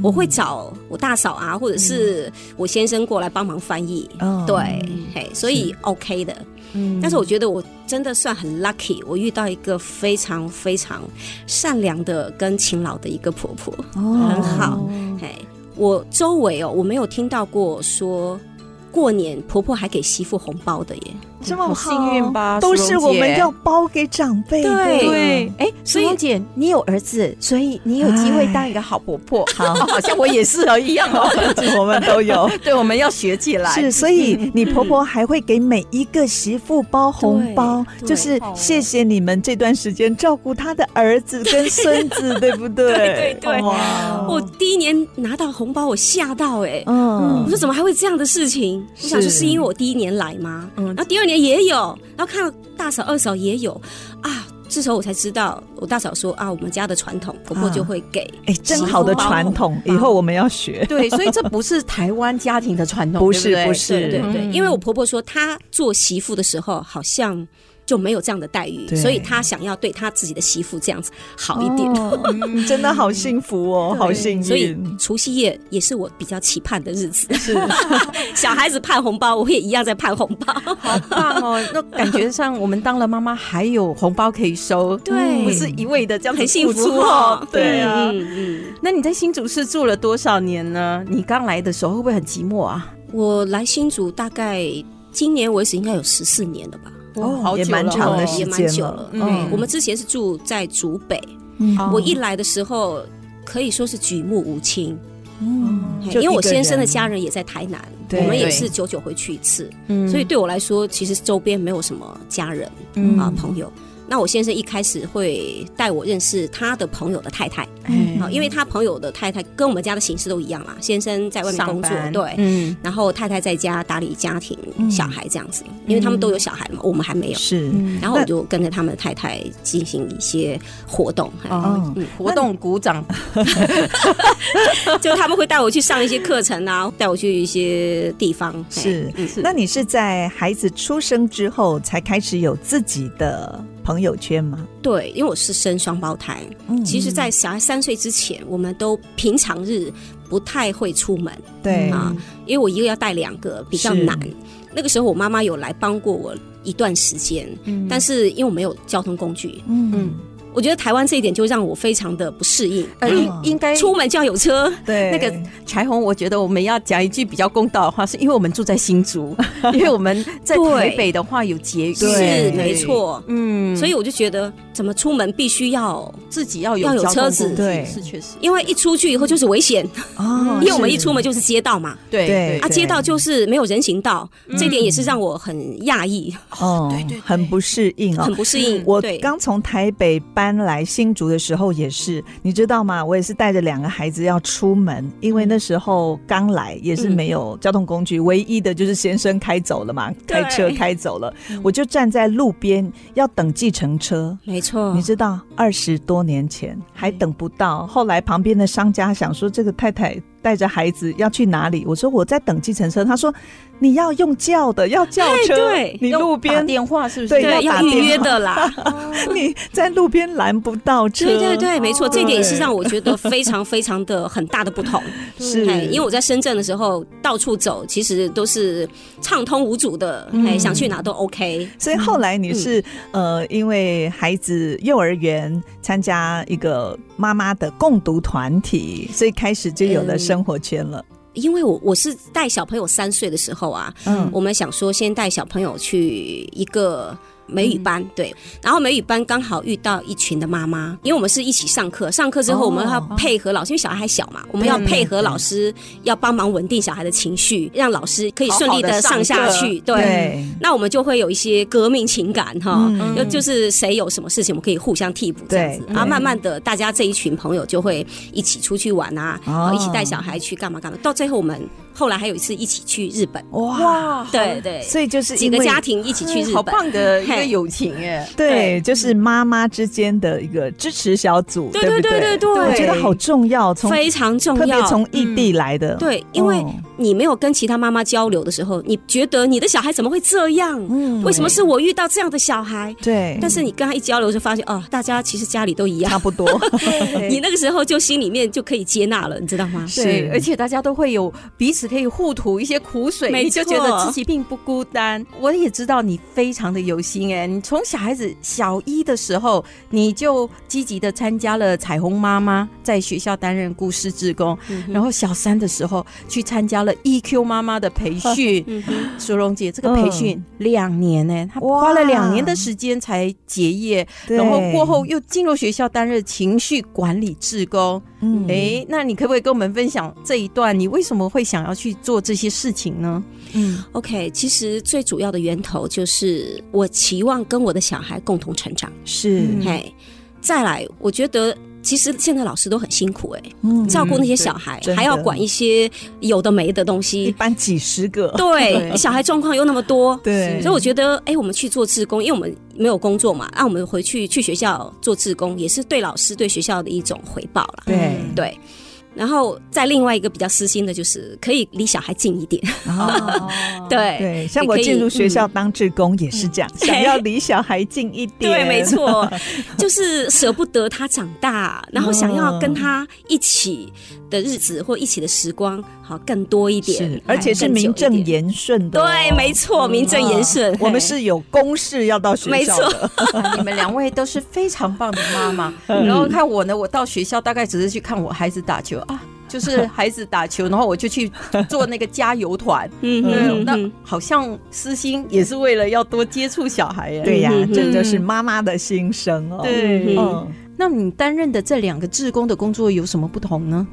Speaker 4: 我会找我大嫂啊，或者是我先生过来帮忙翻译。
Speaker 2: 哦
Speaker 4: 对，嘿，所以 OK 的。
Speaker 1: 嗯
Speaker 4: 但是我觉得我真的算很 lucky，我遇到一个非常非常善良的跟勤劳的一个婆婆，
Speaker 2: 哦
Speaker 4: 很好。哎，我周围哦，我没有听到过说过年婆婆还给媳妇红包的耶。
Speaker 2: 这么
Speaker 1: 好幸运吧
Speaker 2: 都
Speaker 1: 苏
Speaker 2: 是
Speaker 1: 蓉
Speaker 2: 我们
Speaker 1: 姐
Speaker 2: 要包给长辈的。
Speaker 4: 对
Speaker 1: 对，哎，苏
Speaker 4: 以
Speaker 1: 蓉姐，你有儿子，所以你有机会当一个好婆婆，好， (laughs) 好像我也是哦一样
Speaker 2: (laughs)
Speaker 1: 哦。
Speaker 2: (laughs) 我们都有。
Speaker 1: 对，我们要学起来。
Speaker 2: 是，所
Speaker 4: 嗯
Speaker 2: 以你婆婆还会给每一个媳妇包红包，
Speaker 4: 对
Speaker 2: 就是谢谢你们这段时间照顾她的儿子跟孙
Speaker 4: (laughs)
Speaker 2: 子，对不对？
Speaker 4: 对对对
Speaker 2: 哇
Speaker 4: 我第一年拿到红包，我吓到哎、
Speaker 2: 嗯
Speaker 4: 我说怎么还会这样的事情？我想说
Speaker 2: 是嗯
Speaker 4: 是因为我第一年来吗？然后第二年也有，然后看到大嫂、二嫂也有啊。这时候我才知道，我大嫂说啊，我们家的传统，婆婆
Speaker 2: 啊
Speaker 4: 就会给。
Speaker 2: 哎，真好的传统，以后我们要学。
Speaker 1: 对，所以这不是台湾家庭的传统，
Speaker 2: 不
Speaker 1: 对
Speaker 2: 是
Speaker 1: 对
Speaker 2: 不是
Speaker 4: 嗯
Speaker 2: 哦
Speaker 4: 对对对，
Speaker 1: 嗯
Speaker 4: 因为我婆婆说她做媳妇的时候好像就没有这样的待遇，
Speaker 2: 对
Speaker 4: 所以她想要对她自己的媳妇这样子好一点。
Speaker 2: 哦嗯真的好幸福哦，好幸
Speaker 4: (laughs) 所以
Speaker 2: 运。
Speaker 4: 除夕夜也是我比较期盼的日子， (laughs) 小孩子盼红包，我也一样在盼红包。
Speaker 1: 好棒哦！那感觉上我们当了妈妈还有红包可以收，
Speaker 4: 对
Speaker 1: 不是一味的这样子
Speaker 4: 很幸
Speaker 1: 付出
Speaker 4: 福哦
Speaker 1: 对啊。
Speaker 4: 嗯嗯，
Speaker 1: 那你在新竹市住了多少年呢？你刚来的时候会不会很寂寞啊？
Speaker 4: 我来新竹大概今年为止应该有十四年了吧，
Speaker 2: 哦
Speaker 1: 好久
Speaker 2: 也蛮
Speaker 1: 了
Speaker 2: 长的
Speaker 1: 哦
Speaker 2: 时
Speaker 4: 也蛮
Speaker 2: 间
Speaker 4: 久
Speaker 2: 了
Speaker 4: 了。
Speaker 1: 嗯哦
Speaker 4: 对，我们之前是住在竹北，
Speaker 2: 嗯
Speaker 4: 我一来的时候可以说是举目无亲，
Speaker 2: 嗯
Speaker 4: 嘿
Speaker 2: 就
Speaker 4: 因为我
Speaker 2: 一个
Speaker 4: 先生的
Speaker 2: 人
Speaker 4: 家人也在台南，
Speaker 2: 对
Speaker 4: 我们也是久久回去一次，
Speaker 1: 嗯
Speaker 4: 所以对我来说，其实周边没有什么家人
Speaker 1: 嗯
Speaker 4: 啊朋友。那我先生一开始会带我认识他的朋友的太太，
Speaker 1: 哎
Speaker 2: 嗯
Speaker 4: 啊，因为他朋友的太太跟我们家的形式都一样嘛，先生在外面工作
Speaker 1: 上班，
Speaker 4: 对，
Speaker 1: 嗯，
Speaker 4: 然后太太在家打理家庭、
Speaker 2: 嗯
Speaker 4: 小孩这样子，因为他们都有小孩嘛，我们还没有。
Speaker 2: 是
Speaker 4: 然后
Speaker 2: 那
Speaker 4: 我就跟着他们的太太进行一些活动，
Speaker 1: 哦
Speaker 4: 嗯
Speaker 1: 活动鼓掌，
Speaker 4: 就他们会带我去上一些课程啊，带我去一些地方。嘿
Speaker 2: 是
Speaker 4: 嗯
Speaker 2: 那你是在孩子出生之后才开始有自己的朋友圈吗？
Speaker 4: 对，因为我是生双胞胎，
Speaker 2: 嗯
Speaker 4: 其实，在小孩三岁之前，我们都平常日不太会出门，
Speaker 2: 对
Speaker 4: 啊，
Speaker 1: 嗯
Speaker 4: 因为我一个要带两个比较难
Speaker 2: 是。
Speaker 4: 那个时候我妈妈有来帮过我一段时间，但是因为我没有交通工具，
Speaker 2: 嗯，
Speaker 4: 我觉得台湾这一点就让我非常的不适应。
Speaker 2: 哎
Speaker 1: 呃，应应该
Speaker 4: 出门就要有车，
Speaker 2: 对，
Speaker 1: 那个彩虹，我觉得我们要讲一句比较公道的话，是因为我们住在新 (laughs) 竹，因为我们在台北的话有捷运，
Speaker 2: 对
Speaker 4: 是没错。
Speaker 1: 嗯，
Speaker 4: 所以我就觉得，怎么出门必须要，
Speaker 1: 自己要有
Speaker 4: 要有
Speaker 1: 交通
Speaker 4: 车子
Speaker 1: 工具
Speaker 2: 对
Speaker 1: 是确实，
Speaker 4: 因为一出去以后就是危险，
Speaker 2: 哦
Speaker 4: 因为我们一出门就是街道嘛，
Speaker 1: 对
Speaker 2: 对嗯
Speaker 4: 啊，街道就是没有人行道，这一点也是让我很讶异，
Speaker 2: 哦，对对，很不适应哦
Speaker 4: 很。不适应。
Speaker 2: 我
Speaker 4: 对，
Speaker 2: 刚从台北搬来新竹的时候也是，你知道吗？我也是带着两个孩子要出门，因为那时候刚来，也是
Speaker 4: 嗯
Speaker 2: 没有交通工具，唯一的就是先生开走了嘛，开
Speaker 4: 对
Speaker 2: 车开走了，我就站在路边要等计程车。
Speaker 4: 没错
Speaker 2: 你，知道，二十多年前还等不到，
Speaker 4: 嗯
Speaker 2: 后来旁边的商家想说这个太太带着孩子要去哪里，我说我在等计程车，他说你要用叫的，要叫车，
Speaker 4: 哎对
Speaker 2: 你
Speaker 1: 要
Speaker 2: 路
Speaker 1: 打
Speaker 2: 边
Speaker 1: 电话是不是？
Speaker 2: 对
Speaker 4: 对，
Speaker 2: 要打
Speaker 4: 要
Speaker 2: 电
Speaker 4: 预约
Speaker 2: 话
Speaker 4: 的啦。
Speaker 2: (laughs) 你在路边拦不到车，
Speaker 4: (laughs) 对对对，没错，这一点也是
Speaker 2: 对
Speaker 4: 让我觉得非常非常的很大的不 (laughs) 同。
Speaker 2: 是
Speaker 4: 哎，因为我在深圳的时候到处走，其实都是畅通无阻的，哎，想去哪都 OK。
Speaker 2: 所以后来你是、
Speaker 4: 嗯
Speaker 2: 呃，因为孩子幼儿园参加一个妈妈的共读团体，所以开始就有了
Speaker 4: 嗯
Speaker 2: 生活圈了。
Speaker 4: 因为我我是带小朋友三岁的时候啊，
Speaker 2: 嗯，
Speaker 4: 我们想说先带小朋友去一个。美语班对，然后美语班刚好遇到一群的妈妈，因为我们是一起上课，上课之后我们要配合老师，因为小孩还小嘛，我们要配合老师，要帮忙稳定小孩的情绪，让老师可以顺
Speaker 1: 好
Speaker 4: 利
Speaker 1: 好
Speaker 4: 的
Speaker 1: 地上
Speaker 4: 上下
Speaker 1: 课
Speaker 4: 去。
Speaker 2: 对
Speaker 4: 那我们就会有一些革命情感哈，
Speaker 2: 嗯
Speaker 4: 就、就是谁有什么事情，我们可以互相替补这样子
Speaker 2: 对。
Speaker 4: 然后
Speaker 2: 对
Speaker 4: 慢慢的，大家这一群朋友就会一起出去玩啊，
Speaker 2: 哦
Speaker 4: 然后一起带小孩去干嘛干嘛。到最后，我们后来还有一次一起去日本，
Speaker 2: 哇，
Speaker 4: 对对，
Speaker 2: 所以就是
Speaker 4: 几
Speaker 2: 因
Speaker 4: 个
Speaker 2: 为
Speaker 4: 家庭一起去日
Speaker 1: 好
Speaker 4: 本。
Speaker 1: 棒的一个
Speaker 4: 嘿
Speaker 1: 友情 (laughs) 哎，
Speaker 2: 对，就是妈妈之间的一个支持小组，
Speaker 4: 嗯对
Speaker 2: 不
Speaker 4: 对对
Speaker 2: 对
Speaker 4: 对对
Speaker 2: 我觉得好重要，从
Speaker 4: 非常重
Speaker 2: 特别
Speaker 4: 要。嗯
Speaker 2: 从异地来的，
Speaker 4: 对，因为
Speaker 2: 哦
Speaker 4: 你没有跟其他妈妈交流的时候，你觉得你的小孩怎么会这样？
Speaker 2: 嗯
Speaker 4: 为什么是我遇到这样的小孩？
Speaker 2: 对，
Speaker 4: 但是你跟他一交流，就发现哦，大家其实家里都一样
Speaker 1: (laughs)
Speaker 2: 差。不多
Speaker 4: 你那个时候就心里面就可以接纳了，你知道吗？
Speaker 2: 是
Speaker 1: 对，而且大家都会有彼此可以互吐一些苦水，
Speaker 4: 没
Speaker 1: 你就
Speaker 4: 错
Speaker 1: 觉得自己并不孤单。我也知道你非常的有心哎，你从小孩子小一的时候，你就积极的参加嗯了彩虹妈妈在学校担任故事志工，然后小三的时候去参加了了 EQ 妈妈的 (laughs) 培训。
Speaker 4: 嗯哼，
Speaker 1: 苏荣姐，这个培训两年呢、她花了两年的时间才结业，
Speaker 2: 对
Speaker 1: 然后过后又进入学校担任情绪管理志工。
Speaker 2: 嗯
Speaker 4: 哎
Speaker 1: 诶，那你可不可以跟我们分享这一段？你为什么会想要去做这些事情 (laughs) 呢？嗯
Speaker 4: OK，其实最主要的源头就是我期望跟我的小孩共同成长。
Speaker 2: 是
Speaker 1: 嗯
Speaker 4: 嘿，再来，我觉得其实现在老师都很辛苦哎、
Speaker 2: 嗯
Speaker 4: 照顾那些小孩，
Speaker 2: 真的
Speaker 4: 还要管一些有的没的东
Speaker 2: 一 (laughs)
Speaker 4: 西。
Speaker 2: 般几十个，
Speaker 4: 对，小孩状况又那么多，
Speaker 2: 对，
Speaker 4: 所以我觉得，哎，我们去做志工，因为我们没有工作嘛，那、我们回去去学校做志工，也是对老师、对学校的一种回报啦。
Speaker 2: 对
Speaker 4: 对，然后再另外一个比较私心的，就是可以离小孩近一点。
Speaker 2: 哦，
Speaker 4: 对，
Speaker 2: 对，像我进入学校当志工也是这样，想要离小孩近一点，
Speaker 4: 嗯对，没，错， (laughs) 就是舍不得他长大，然后想要
Speaker 2: 嗯
Speaker 4: 跟他一起的日子或一起的时光，好更多一点
Speaker 2: 是，，而且是名正
Speaker 4: 更久一点。
Speaker 2: 言顺的哦，啊
Speaker 4: 对，没错，名正言顺。
Speaker 2: 哦我们是有公事要到学校的，
Speaker 1: 啊你们两位都是非常棒的妈 (laughs) 妈。然后看我呢，我到学校大概只是去看我孩子打球啊，就是孩子打球，然后我就去做那个加油团。(laughs)
Speaker 4: 嗯
Speaker 1: 嗯，
Speaker 4: 哼，
Speaker 1: 那
Speaker 4: 嗯
Speaker 1: 好像私心也是为了要多接触小孩耶。
Speaker 2: 对呀
Speaker 4: 嗯，
Speaker 2: 这就是妈妈的心声哦。
Speaker 1: 对
Speaker 4: 嗯
Speaker 2: 嗯，
Speaker 1: 那你担任的这两个志工的工作有什么不同呢？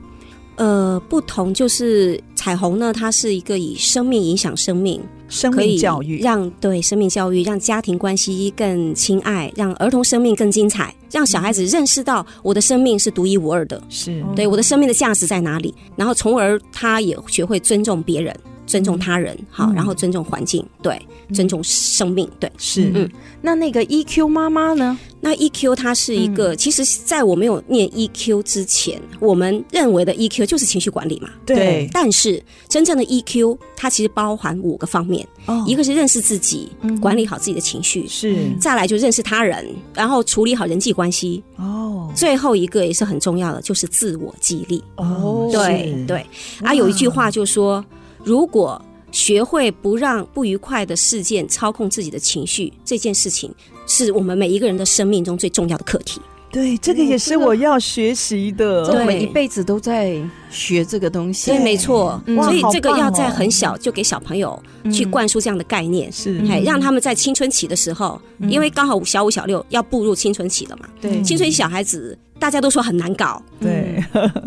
Speaker 4: 呃，不同就是彩虹呢，它是一个以生命影响生命，
Speaker 2: 生
Speaker 4: 可
Speaker 2: 命
Speaker 4: 以
Speaker 2: 教育，
Speaker 4: 让对生命教育，让家庭关系更亲爱，让儿童生命更精彩，让小孩子认识到我的生命是独一无二的。
Speaker 2: 是
Speaker 4: 对我的生命的价值在哪里，然后从而他也学会尊重别人、尊重他人，
Speaker 2: 嗯
Speaker 4: 好，然后尊重环境，对，尊重生命，对。
Speaker 2: 是
Speaker 4: 嗯
Speaker 1: 那那个 EQ 妈妈呢？
Speaker 4: 那 EQ 它是一
Speaker 2: 嗯
Speaker 4: 个，其实在我没有念 EQ 之前，我们认为的 EQ 就是情绪管理嘛。
Speaker 2: 对
Speaker 4: 但是真正的 EQ，它其实包含五个方面，
Speaker 2: 哦嗯
Speaker 4: 一个是认识自己，管理好自己的情绪。
Speaker 2: 是
Speaker 4: 再来就认识他人，然后处理好人际关系，
Speaker 2: 哦
Speaker 4: 最后一个也是很重要的，就是自我激励。
Speaker 2: 哦
Speaker 4: 对
Speaker 2: 是
Speaker 4: 对，啊，有一句话就说，如果学会不让不愉快的事件操控自己的情绪，这件事情是我们每一个人的生命中最重要的课题。
Speaker 2: 对，这个也是我要学习的，
Speaker 1: 这我们
Speaker 4: 对
Speaker 1: 一辈子都在学这个东西
Speaker 4: 对，。没错。
Speaker 1: 嗯
Speaker 4: 所以
Speaker 2: 哇
Speaker 4: 这个
Speaker 2: 好棒
Speaker 4: 要在
Speaker 2: 哦
Speaker 4: 很小就给小朋友去
Speaker 1: 嗯
Speaker 4: 灌输这样的概念，
Speaker 2: 是
Speaker 4: 哎，
Speaker 1: 嗯
Speaker 4: 让他们在青春期的时候，因为刚好小五、小六要步入青春期了嘛。
Speaker 1: 对，
Speaker 4: 青春期小孩子大家都说很难搞，
Speaker 2: 对，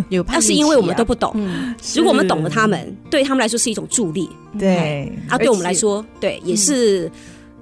Speaker 1: 有叛逆期啊，
Speaker 4: 那是因为我们都不懂。
Speaker 1: 嗯
Speaker 4: (laughs) 如果我们懂了他们，对他们来说是一种助力。
Speaker 2: 对
Speaker 4: 啊，对我们来说，对也是，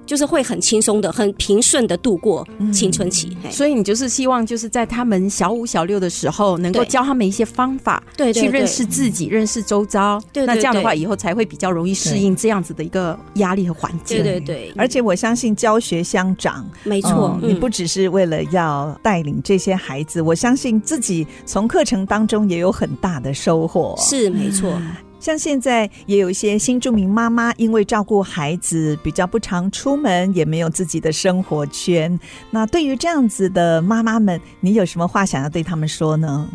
Speaker 4: 就是会很轻松的、很平顺的度过青春期。嘿，
Speaker 1: 所以你就是希望就是在他们小五小六的时候，能够
Speaker 4: 对
Speaker 1: 教他们一些方法，
Speaker 4: 对对
Speaker 1: 去认
Speaker 4: 对
Speaker 1: 识自己，认识周遭。
Speaker 4: 对对
Speaker 1: 那这样的话，
Speaker 4: 对
Speaker 1: 以后才会比较容易适应这样子的一个压力和环境。
Speaker 4: 对对对，
Speaker 2: 而且我相信教学相长，
Speaker 4: 没错
Speaker 2: 嗯，
Speaker 4: 嗯
Speaker 2: 你不只是为了要带领这些孩子，我相信自己从课程当中也有很大的收获。，
Speaker 4: 是没错，
Speaker 2: 像现在也有一些新住民妈妈，因为照顾孩子比较不常出门，也没有自己的生活圈。那对于这样子的妈妈们，你有什么话想要对他们说呢？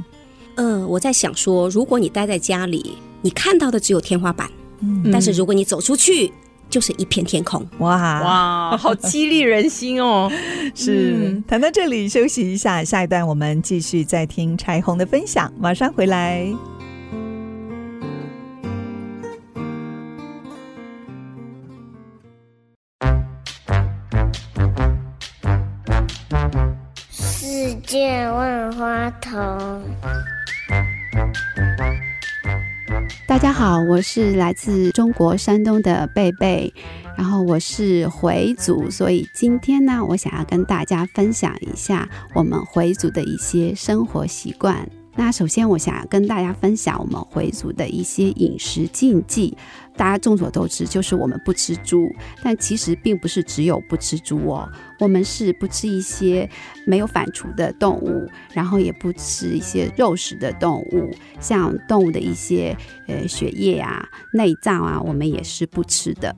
Speaker 4: 呃，我在想说，如果你待在家里，你看到的只有天花板，
Speaker 2: 嗯，
Speaker 4: 但是如果你走出去，就是一片天空。
Speaker 2: 哇
Speaker 1: 哇，嗯 (laughs) 好激励人心哦！
Speaker 2: 是
Speaker 1: 嗯
Speaker 2: 谈到这里休息一下，下一段我们继续再听柴红的分享，马上回来。
Speaker 5: 世界万花筒。
Speaker 6: 大家好，我是来自中国山东的贝贝，然后我是回族，所以今天呢，我想要跟大家分享一下我们回族的一些生活习惯。那首先，我想要跟大家分享我们回族的一些饮食禁忌。大家众所周知，就是我们不吃猪，但其实并不是只有不吃猪哦，我们是不吃一些没有反刍的动物，然后也不吃一些肉食的动物，像动物的一些呃血液啊、内脏啊，我们也是不吃的。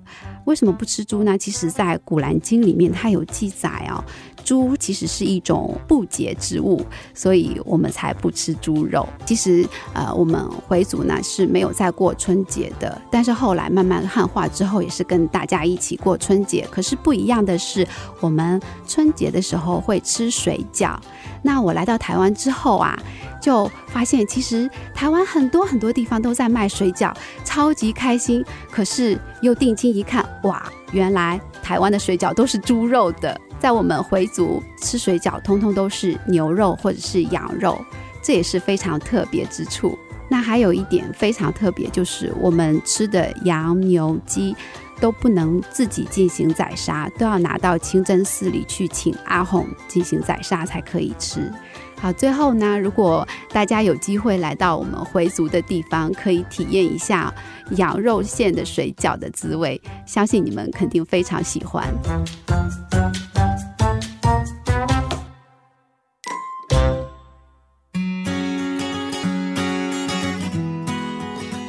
Speaker 6: 为什么不吃猪呢？其实，在《古兰经》里面它有记载哦，猪其实是一种不洁之物，所以我们才不吃猪肉。其实呃，我们回族呢是没有再过春节的，但是后来慢慢汉化之后，也是跟大家一起过春节。可是不一样的是，我们春节的时候会吃水饺。那我来到台湾之后啊，就发现其实台湾很多很多地方都在卖水饺，超级开心。可是又定睛一看，哇，原来台湾的水饺都是猪肉的，在我们回族吃水饺，通通都是牛肉或者是羊肉，这也是非常特别之处。那还有一点非常特别，就是我们吃的羊、牛、鸡都不能自己进行宰杀，都要拿到清真寺里去请阿訇进行宰杀才可以吃。好，最后呢，如果大家有机会来到我们回族的地方，可以体验一下羊肉馅的水饺的滋味，相信你们肯定非常喜欢。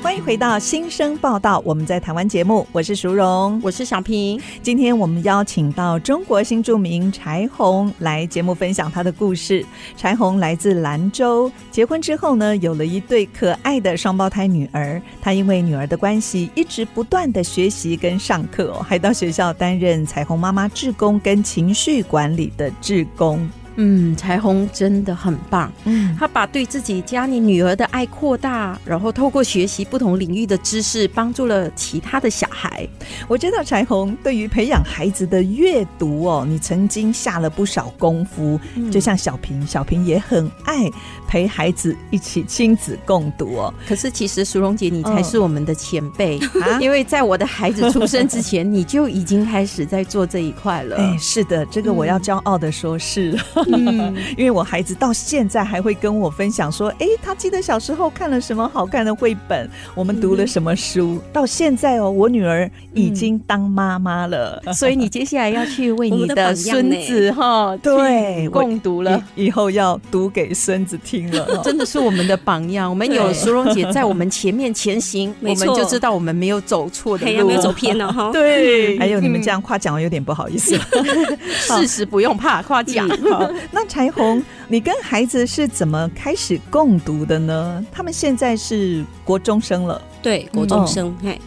Speaker 2: 欢迎回到新生报道，我们在台湾节目，我是淑荣。
Speaker 1: 我是小平，
Speaker 2: 今天我们邀请到中国新著名柴红来节目分享她的故事。柴红来自兰州，结婚之后呢，有了一对可爱的双胞胎女儿。她因为女儿的关系，一直不断的学习跟上课哦、还到学校担任彩虹妈妈志工跟情绪管理的志工。
Speaker 1: 嗯，彩虹真的很棒，
Speaker 2: 嗯，
Speaker 1: 他把对自己家里女儿的爱扩大，然后透过学习不同领域的知识，帮助了其他的小孩。
Speaker 2: 我知道柴红对于培养孩子的阅读哦，你曾经下了不少功夫。就像小平，小平也很爱陪孩子一起亲子共读哦。
Speaker 1: 可是其实苏荣姐，你才是我们的前辈，
Speaker 4: 嗯 (laughs)
Speaker 2: 啊
Speaker 1: 因为在我的孩子出生之前，你就已经开始在做这一块了。
Speaker 2: 哎，是的，这个我要骄傲的说是，
Speaker 1: 嗯
Speaker 2: (laughs) 因为我孩子到现在还会跟我分享说，哎，他记得小时候看了什么好看的绘本，我们读了什么书。到现在哦，我女儿已经当妈妈了， (laughs)
Speaker 1: 所以你接下来要去为
Speaker 4: 我
Speaker 1: 你
Speaker 4: 们的榜
Speaker 1: 的
Speaker 4: 样
Speaker 1: 孙
Speaker 4: 呢
Speaker 1: 子哈，
Speaker 2: 对
Speaker 1: 去
Speaker 2: 我
Speaker 1: 共读了。
Speaker 2: 以以后要读给孙子听了
Speaker 1: (laughs)
Speaker 2: 哦。
Speaker 1: 真的是我们的榜样。我们有苏荣姐在我们前面前行，我
Speaker 4: (laughs) 没
Speaker 1: 们
Speaker 4: 错
Speaker 1: 就知道我们没有走错的
Speaker 4: (laughs) 嘿，有
Speaker 1: 路，
Speaker 4: 没有走偏 (laughs) 了
Speaker 1: (laughs)
Speaker 4: 哈？
Speaker 1: 对，嗯
Speaker 2: 还有你们这样夸奖，我有点不好意思。 (laughs)
Speaker 1: 事实不用怕夸奖。
Speaker 4: 嗯
Speaker 2: 好，那柴 (laughs) 红，你跟孩子是怎么开始共读的呢？他们现在是国中生了，
Speaker 4: 对，国中生，嘿，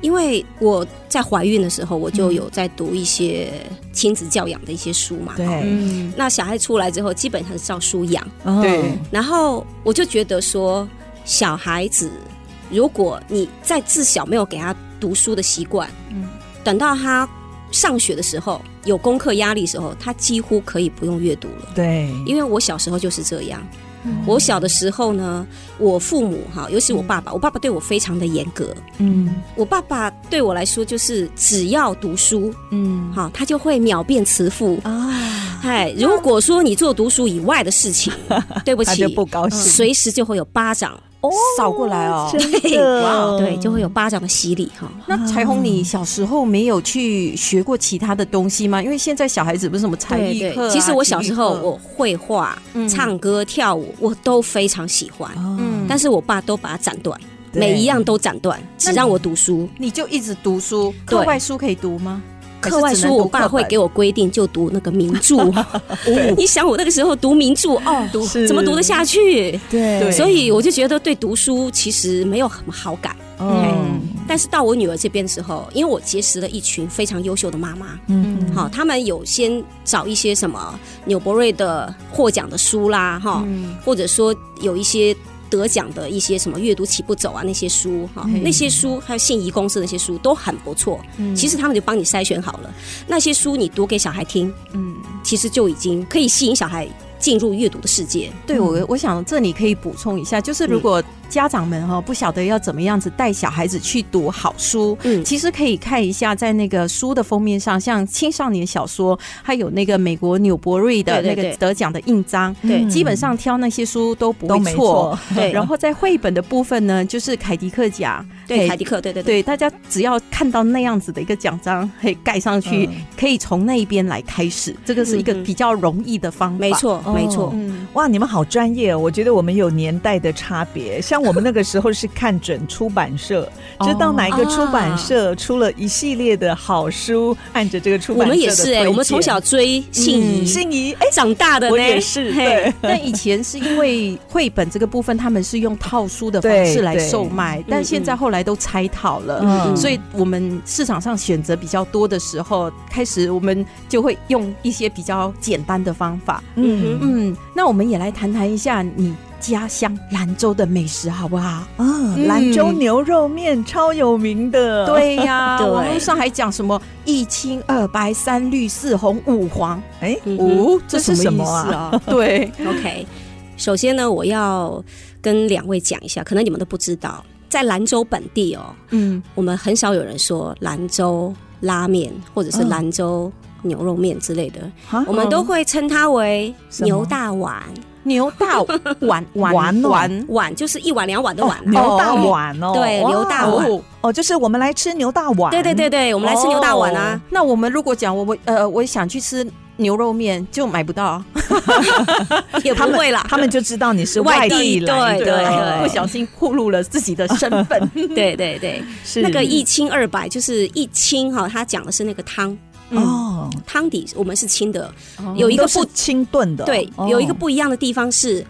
Speaker 4: 因为我在怀孕的时候，我就有在读一些亲子教养的一些书嘛。哦
Speaker 2: 对，
Speaker 1: 嗯，
Speaker 4: 那小孩出来之后，基本上是照书养，
Speaker 2: 哦
Speaker 1: 对
Speaker 4: 然后我就觉得说，小孩子如果你在自小没有给他读书的习惯，
Speaker 1: 嗯
Speaker 4: 等到他上学的时候有功课压力的时候，他几乎可以不用阅读了。
Speaker 2: 对，
Speaker 4: 因为我小时候就是这样，
Speaker 2: 嗯
Speaker 4: 我小的时候呢，我父母哈，尤其我爸爸，我爸爸对我非常的严格，
Speaker 1: 嗯
Speaker 4: 我爸爸对我来说就是只要读书，
Speaker 1: 嗯，
Speaker 4: 哈，他就会秒变慈父。
Speaker 2: 啊，
Speaker 4: 嗨，如果说你做读书以外的事
Speaker 2: (laughs)
Speaker 4: 情，对不
Speaker 2: 他就
Speaker 4: 起，嗯
Speaker 2: 不高兴，
Speaker 4: 随时就会有巴掌，
Speaker 2: 哦
Speaker 1: 扫过来哦
Speaker 4: 嗯
Speaker 2: 真
Speaker 1: 哇
Speaker 2: 的，
Speaker 1: 哦
Speaker 4: 对，就会有巴掌的洗礼哈。
Speaker 1: 那彩
Speaker 4: 嗯
Speaker 1: 虹，你小时候没有去学过其他的东西吗？因为现在小孩子不是什么才艺课
Speaker 2: 嗯
Speaker 1: 啊、
Speaker 4: 其实我小时候
Speaker 1: 体育课
Speaker 4: 我绘画
Speaker 1: 嗯、
Speaker 4: 唱歌、跳舞，我都非常喜欢，
Speaker 2: 嗯，
Speaker 4: 但是我爸都把它斩断，
Speaker 2: 对
Speaker 4: 每一样都斩断，只让我读书。
Speaker 1: 你就一直读书，
Speaker 4: 对
Speaker 1: 课外书可以读吗？
Speaker 4: 课外书我爸会给
Speaker 1: 我
Speaker 4: 我规定就读那个名著，
Speaker 2: (laughs)
Speaker 4: 哦你想我那个时候读名著哦，读
Speaker 2: 是
Speaker 4: 怎么读得下去？
Speaker 2: 对，
Speaker 4: 所以我就觉得对读书其实没有很好感。哎
Speaker 2: 嗯
Speaker 4: 但是到我女儿这边的时候，因为我结识了一群非常优秀的妈妈，
Speaker 2: 嗯，
Speaker 4: 好、她们有先找一些什么纽伯瑞的获奖的书啦，哈、
Speaker 2: 嗯
Speaker 1: 嗯
Speaker 4: 或者说有一些。得奖的一些什么阅读起步走啊，那些书哈，
Speaker 2: 嗯
Speaker 4: 那些书还有信宜公司那些书都很不错。
Speaker 1: 嗯
Speaker 4: 其实他们就帮你筛选好了，那些书你读给小孩听，
Speaker 1: 嗯。
Speaker 4: 其实就已经可以吸引小孩进入阅读的世界。
Speaker 1: 对我，我想这里可以补充一下，就是
Speaker 4: 嗯
Speaker 1: 如果家长们哈、不晓得要怎么样子带小孩子去读好书，
Speaker 4: 嗯
Speaker 1: 其实可以看一下在那个书的封面上，像青少年小说，还有那个美国纽伯瑞的
Speaker 4: 对
Speaker 1: 那
Speaker 4: 对
Speaker 1: 个
Speaker 4: 对
Speaker 1: 得奖的印章，
Speaker 4: 对
Speaker 1: 基本上挑那些书都不
Speaker 2: 嗯都
Speaker 1: 会
Speaker 2: 没错，
Speaker 4: 对，
Speaker 1: 然后在绘本的部分呢，就是凯迪克奖，
Speaker 4: 对
Speaker 2: 哎
Speaker 1: 嘿
Speaker 4: 凯迪克，对对
Speaker 1: 对，
Speaker 4: 对
Speaker 1: 大家只要看到那样子的一个奖章，可以盖上去，
Speaker 2: 嗯
Speaker 1: 可以从那一边来开始，这个是一个
Speaker 4: 嗯嗯
Speaker 1: 比较容易的方法。
Speaker 4: 没，错
Speaker 2: 哦
Speaker 4: 没错。
Speaker 1: 嗯，
Speaker 2: 哇，你们好专业哦！我觉得我们有年代的差别，像像我们那个时候是看准出版 (laughs) 社，哦知道哪一个出版社出了一系列的好书，按着这个出版
Speaker 4: 哦
Speaker 2: 社
Speaker 4: 我
Speaker 2: 的
Speaker 4: 们也是哎、
Speaker 2: 推
Speaker 4: 我们从
Speaker 2: 荐
Speaker 4: 小追信
Speaker 2: 嗯
Speaker 4: 宜，
Speaker 2: 信宜哎，
Speaker 4: 长大的呢，
Speaker 2: 我也是
Speaker 4: 嘿
Speaker 2: 对。 (laughs)
Speaker 1: 但以前是因为绘本这个部分，他们是用套书的方式来售卖，但现在后来都拆套了。
Speaker 2: 嗯
Speaker 1: 所以我们市场上选择比较多的时候，开始我们就会用一些比较简单的方法。
Speaker 2: 嗯
Speaker 1: 嗯，那我们也来谈谈一下你家乡兰州的美食好不好？
Speaker 2: 啊，
Speaker 1: 嗯
Speaker 2: 兰州牛肉面超有名的，，
Speaker 1: 对
Speaker 2: (laughs)
Speaker 1: 呀、
Speaker 4: 对
Speaker 1: 网络上还讲什么一青二白三绿四红五黄，
Speaker 2: 哎，
Speaker 4: 嗯哼
Speaker 1: 哦，
Speaker 2: 这是
Speaker 1: 是
Speaker 2: 什
Speaker 1: 什么
Speaker 2: 么
Speaker 1: 意思
Speaker 2: 啊
Speaker 1: 啊？对，
Speaker 4: OK，首先呢，我要跟两位讲一下，可能你们都不知道，在兰州本地哦，
Speaker 2: (laughs)
Speaker 1: 嗯，
Speaker 4: 我们很少有人说兰州拉面或者是
Speaker 2: 嗯
Speaker 4: 兰州牛肉面之类的，
Speaker 2: 啊
Speaker 4: 我们都会称它为
Speaker 2: 什么
Speaker 4: 牛大碗，
Speaker 1: 牛大碗碗
Speaker 2: (laughs) 碗哦
Speaker 1: 碗
Speaker 4: 碗就是一碗两碗的啊碗啦、
Speaker 2: 牛大碗哦，
Speaker 4: 对
Speaker 2: 哇
Speaker 4: 牛大碗
Speaker 1: 哦
Speaker 2: 哦，就是我们来吃牛大碗，
Speaker 4: 对对对对，我
Speaker 1: 我
Speaker 4: 们来吃牛大碗啊。
Speaker 1: 那我们如果讲我我呃我想去吃牛肉面，就买不到，
Speaker 4: 也不会啦。
Speaker 2: 哦他们就知道你是
Speaker 4: 外
Speaker 2: 地
Speaker 4: 地
Speaker 2: 来的，
Speaker 4: 对对
Speaker 1: 不小心暴露了自己的身份。
Speaker 4: 对对对，
Speaker 2: 是
Speaker 4: 那个一清二白就是一清哈，它讲的是那个汤
Speaker 1: 嗯
Speaker 2: 哦，
Speaker 4: 汤底，我们是清的。有一个
Speaker 2: 都是
Speaker 4: 不
Speaker 2: 清炖的哦，
Speaker 4: 对，
Speaker 2: 哦
Speaker 4: 有一个不一样的地方是，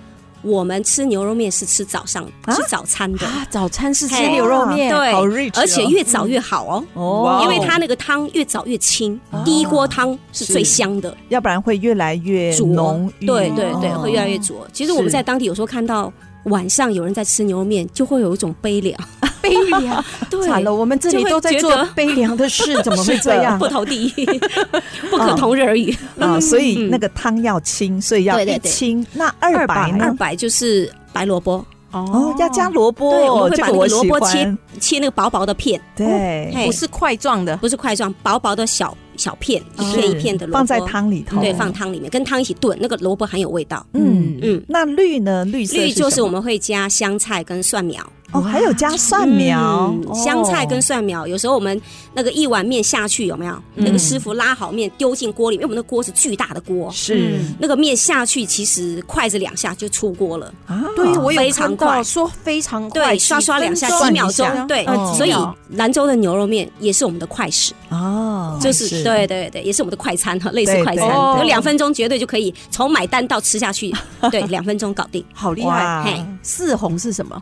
Speaker 4: 我们吃牛肉面是吃早上
Speaker 2: 啊
Speaker 4: 吃早餐的，
Speaker 1: 啊，早餐是吃
Speaker 4: 嘿
Speaker 1: 牛肉面，
Speaker 4: 对
Speaker 2: 好 rich，哦
Speaker 4: 而且越早越好哦，
Speaker 2: 哦，啊
Speaker 4: 因为它那个汤越早越清，第一锅汤是最香的，
Speaker 2: 要不然会越来越
Speaker 4: 浊
Speaker 2: 浓郁，
Speaker 4: 对对对，
Speaker 2: 哦
Speaker 4: 会越来越浊。其实我们
Speaker 2: 是
Speaker 4: 在当地有时候看到。晚上有人在吃牛肉面，就会有一种
Speaker 2: (laughs)
Speaker 4: 悲凉，
Speaker 1: 悲凉，
Speaker 4: 对
Speaker 1: 惨了，我们这里
Speaker 4: 就会
Speaker 1: 都在
Speaker 4: 觉
Speaker 1: 做
Speaker 4: 得
Speaker 1: 悲凉的事，怎么会这样
Speaker 4: (laughs) 不？
Speaker 2: (laughs)
Speaker 4: 投地狱，不可同日而语。嗯
Speaker 2: 啊，所以那个汤要清，所以要
Speaker 4: 对对
Speaker 2: 一
Speaker 4: 对
Speaker 2: 清。那二白
Speaker 4: 嗯二
Speaker 2: 呢？
Speaker 4: 白就是白萝卜，
Speaker 1: 嗯
Speaker 2: 哦，要加萝
Speaker 4: 对，
Speaker 2: 卜，
Speaker 4: 我们会
Speaker 2: 这
Speaker 4: 把
Speaker 2: 个
Speaker 4: 那
Speaker 2: 我
Speaker 4: 个萝
Speaker 2: 喜
Speaker 4: 卜切
Speaker 2: 欢。
Speaker 4: 切那个薄薄的片，
Speaker 2: 对，
Speaker 4: 嘿
Speaker 1: 不是块状的，
Speaker 4: 不是块状，薄薄的小小片，一片一片的
Speaker 2: 是哦嗯
Speaker 4: 萝卜，
Speaker 2: 放在汤里头，
Speaker 4: 对，放汤里面，跟汤一起炖，那个萝卜很有味道。
Speaker 2: 嗯。
Speaker 4: 嗯，
Speaker 2: 那绿呢？绿色什
Speaker 4: 绿
Speaker 2: 么
Speaker 4: 就是我们会加香菜跟蒜苗，
Speaker 2: 哦，还有加蒜苗
Speaker 4: 嗯，
Speaker 2: 哦
Speaker 4: 香菜跟蒜苗。有时候我们那个一碗面下去，有没有？那个师傅拉好面丢进锅里面，因为我们的锅是巨大的锅，
Speaker 2: 是
Speaker 4: 那个面下去，其实筷子两下就出锅了。
Speaker 2: 啊，
Speaker 1: 对，我有
Speaker 4: 非常
Speaker 1: 看到
Speaker 4: 快
Speaker 1: 说非常快，
Speaker 4: 对，刷刷两下，几秒钟。对
Speaker 2: 嗯，
Speaker 4: 所以
Speaker 1: 哦
Speaker 4: 兰州的牛肉面也是我们的快食，
Speaker 2: 哦，
Speaker 4: 就是对对对，也是我们的快餐 (laughs) 哈，类似
Speaker 2: 对
Speaker 4: 快餐
Speaker 2: 对
Speaker 1: 对，
Speaker 4: 有两分钟绝对就可以从买单到吃下去，对，两分钟搞定，
Speaker 1: 好厉
Speaker 2: 哇
Speaker 1: 害！
Speaker 4: 嘿，
Speaker 1: 四红是什么？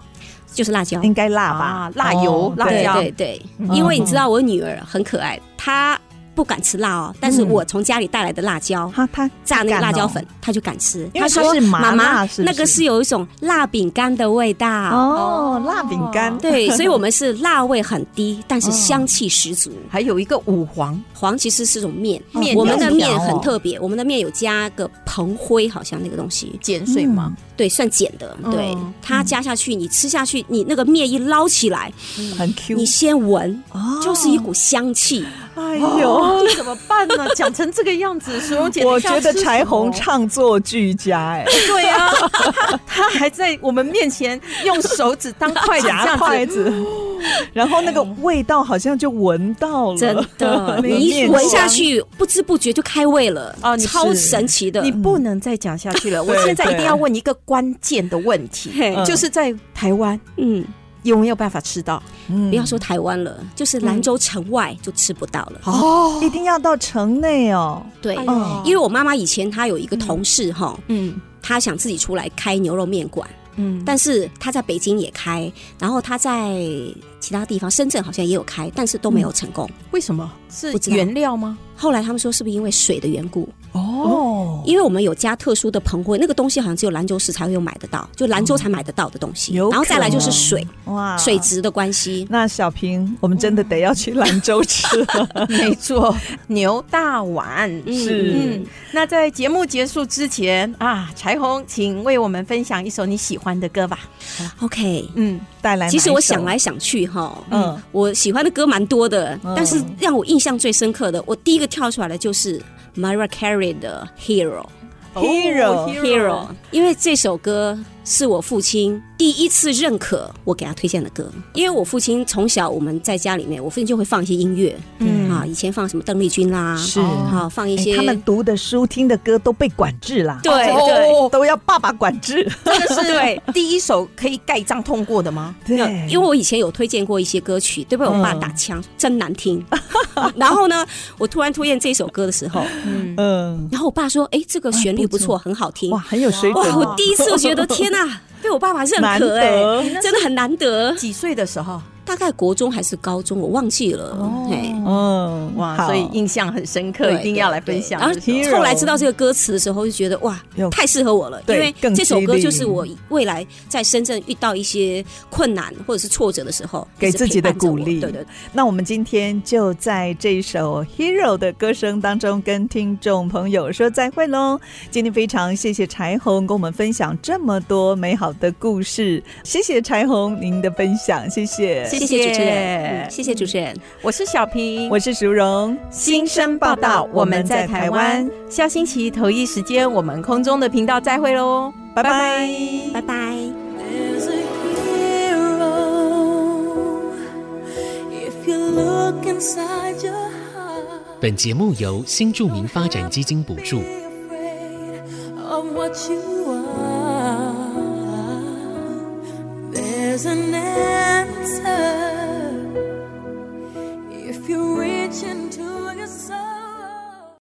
Speaker 4: 就是辣椒。
Speaker 2: 应该辣吧
Speaker 1: 啊？辣油
Speaker 2: 哦
Speaker 1: 辣
Speaker 2: 对
Speaker 4: 对
Speaker 1: 椒
Speaker 4: 对对，
Speaker 2: 嗯
Speaker 4: 因为你知道我女儿很可爱，她不敢吃辣哦，但是我从家里带来的辣椒。
Speaker 2: 哈，它
Speaker 4: 炸那个辣椒
Speaker 2: 敢哦
Speaker 4: 粉，她就敢吃。
Speaker 2: 嗯因为
Speaker 4: 她
Speaker 2: 它
Speaker 4: 说
Speaker 2: 是麻
Speaker 4: 妈
Speaker 2: 辣
Speaker 4: 妈
Speaker 2: 是不是
Speaker 4: 那个是有一种辣饼干的味道。
Speaker 2: 哦，辣饼干，
Speaker 4: 对，所以我们是辣味很低，但是香气十足。
Speaker 1: 还有一个五黄，
Speaker 4: 黄其实是种面，
Speaker 2: 面
Speaker 4: 我们的
Speaker 2: 面条
Speaker 4: 面
Speaker 2: 哦
Speaker 4: 很特别，我们的面有加个蓬灰，好像那个东西，
Speaker 1: 碱水吗？
Speaker 4: 对，算碱的。对
Speaker 1: 嗯，
Speaker 4: 它加下去，你吃下去，你那个面一捞起来，
Speaker 2: 很 Q
Speaker 4: 嗯你先闻，
Speaker 2: 哦
Speaker 4: 就是一股香气。
Speaker 2: 哎
Speaker 1: 哦
Speaker 2: 呦，，
Speaker 1: 这怎么办呢？ (laughs) 讲成这个样子，水溶姐，
Speaker 2: 我
Speaker 1: 你下
Speaker 2: 觉得
Speaker 1: 吃什
Speaker 2: 柴红
Speaker 1: 么
Speaker 2: 唱作俱佳
Speaker 4: (laughs)
Speaker 2: 哎，
Speaker 1: 对 (laughs) 啊，他还在我们面前用手指当筷子这 (laughs)
Speaker 2: 夹
Speaker 1: 样
Speaker 2: 筷
Speaker 1: 子，
Speaker 2: 子，然后那个味道好像就闻到了，
Speaker 4: 嗯真的，
Speaker 2: (laughs) 那个
Speaker 4: 你一
Speaker 2: 面
Speaker 4: 闻下
Speaker 2: 香
Speaker 4: 去，不知不觉就开胃了，
Speaker 1: 哦你
Speaker 4: 超
Speaker 1: 是
Speaker 4: 神奇的
Speaker 1: 你。不能再讲下 (laughs) 去了。我
Speaker 2: 对
Speaker 1: 现在一定
Speaker 2: 对
Speaker 1: 要问一个关键的问题，
Speaker 4: 嘿
Speaker 1: (laughs) 就是在台湾
Speaker 4: 嗯，
Speaker 1: 有没有办法吃到？
Speaker 2: 嗯
Speaker 4: 不要说台湾了，就是兰州城外就吃不到了。
Speaker 1: 哦，
Speaker 2: 一定要到城内哦，
Speaker 4: 对，
Speaker 1: 哎
Speaker 2: 嗯
Speaker 1: 呦
Speaker 4: 因为我妈妈以前她有一个同事哈，
Speaker 1: 嗯
Speaker 4: 她想自己出来开牛肉面馆，
Speaker 1: 嗯，
Speaker 4: 但是她在北京也开，然后她在其他地方，深圳好像也有开，但是都
Speaker 2: 嗯
Speaker 4: 没有成功。
Speaker 1: 为什么是
Speaker 4: 不知道
Speaker 1: 原料吗？
Speaker 4: 后来他们说是不是因为水的缘故？
Speaker 2: 哦，
Speaker 4: 因为我们有加特殊的膨灰，那个东西好像只有兰州市才会有买得到，就兰州才买得到的东西。
Speaker 2: 哦有
Speaker 4: 然后再来就
Speaker 2: 可
Speaker 4: 是
Speaker 2: 能啊
Speaker 4: 水，
Speaker 2: 哇
Speaker 4: 水质的关系。
Speaker 2: 那小平，我们真的得要去兰州吃
Speaker 4: (laughs)
Speaker 2: 了。
Speaker 1: (laughs) 没错， (laughs) 牛大碗。
Speaker 2: 是
Speaker 1: 嗯，那在节目结束之前啊，柴红，请为我们分享一首你喜欢的歌吧。
Speaker 4: OK，
Speaker 1: 嗯，
Speaker 2: 带来哪一首，
Speaker 4: 其实我想来想去哈，
Speaker 2: 嗯
Speaker 4: 嗯，我喜欢的歌蛮多的，
Speaker 2: 嗯
Speaker 4: 但是让我印象最深刻的，我第一个跳出来的就是 Mariah Carey 的哦
Speaker 2: Hero
Speaker 4: Hero
Speaker 2: 哎
Speaker 1: Oh，Hero
Speaker 4: Hero，因为这首歌是我父亲第一次认可我给他推荐的歌，因为我父亲从小我们在家里面，我父亲就会放一些音乐，
Speaker 1: 嗯
Speaker 4: 啊，以前放什么邓丽君啦，
Speaker 2: 是
Speaker 4: 好、放一
Speaker 2: 哎
Speaker 4: 些、
Speaker 2: 他们读的书、听的歌都被管制啦，
Speaker 4: 对对。
Speaker 1: 哦，
Speaker 2: 都要爸爸管
Speaker 4: (laughs)
Speaker 2: 制。
Speaker 1: 这个是 (laughs) 对第一首可以盖章通过的吗？
Speaker 2: 对嗯
Speaker 4: 因为我以前有推荐过一些歌曲，对被我爸打枪，真难
Speaker 2: (laughs)
Speaker 4: 听。然后呢，我突然推荐这首歌的时候，
Speaker 1: 嗯，
Speaker 2: 嗯，
Speaker 4: 然后我爸说：“哎，这个旋律不错，很好听。”
Speaker 2: 哇，很有水准
Speaker 4: 哇，
Speaker 2: 哦。
Speaker 4: 我第一次我觉得天呐，
Speaker 2: (laughs)
Speaker 4: 被我爸爸认
Speaker 2: 难
Speaker 4: 可哎、
Speaker 2: 得
Speaker 4: 真的很难得。
Speaker 1: 几岁的时候？
Speaker 4: 大概国中还是高中，我忘记了。
Speaker 2: 哦
Speaker 1: 哦
Speaker 4: 嘿
Speaker 2: 嗯，
Speaker 1: 哇，
Speaker 2: 好
Speaker 1: 所以印象很深刻，一
Speaker 4: 对
Speaker 1: 定要来分享
Speaker 4: 对
Speaker 1: 这首。
Speaker 4: 对然后后来知道这个歌词的时候，就觉得哇
Speaker 2: 有，
Speaker 4: 太适合我了，因
Speaker 2: 对
Speaker 4: 为
Speaker 2: 更
Speaker 4: 这首
Speaker 2: 激
Speaker 4: 歌
Speaker 2: 励
Speaker 4: 就是我未来在深圳遇到一些困难或者是挫折的时候，
Speaker 2: 给
Speaker 4: 就是
Speaker 2: 自己的
Speaker 4: 陪伴着
Speaker 2: 鼓
Speaker 4: 我
Speaker 2: 励
Speaker 4: 对对，对
Speaker 2: 那我们今天就在这一首《Hero》的歌声当中，跟听众朋友说再会喽。今天非常谢谢柴红跟我们分享这么多美好的故事，谢谢柴红您的分享，谢谢。
Speaker 4: 谢谢主持人，
Speaker 1: 谢谢
Speaker 4: 嗯谢谢主持人。
Speaker 1: 我是小平，
Speaker 2: 我是淑荣，
Speaker 1: 新生报道，我们在台湾。下星期头一时间，我们空中的频道再会喽，
Speaker 2: 拜拜
Speaker 4: 拜拜。
Speaker 3: There's a hero if you look inside your heart.
Speaker 7: 本节目由新著名发展基金补
Speaker 3: Don't
Speaker 7: 助
Speaker 3: have to。be afraid of what you are. There's an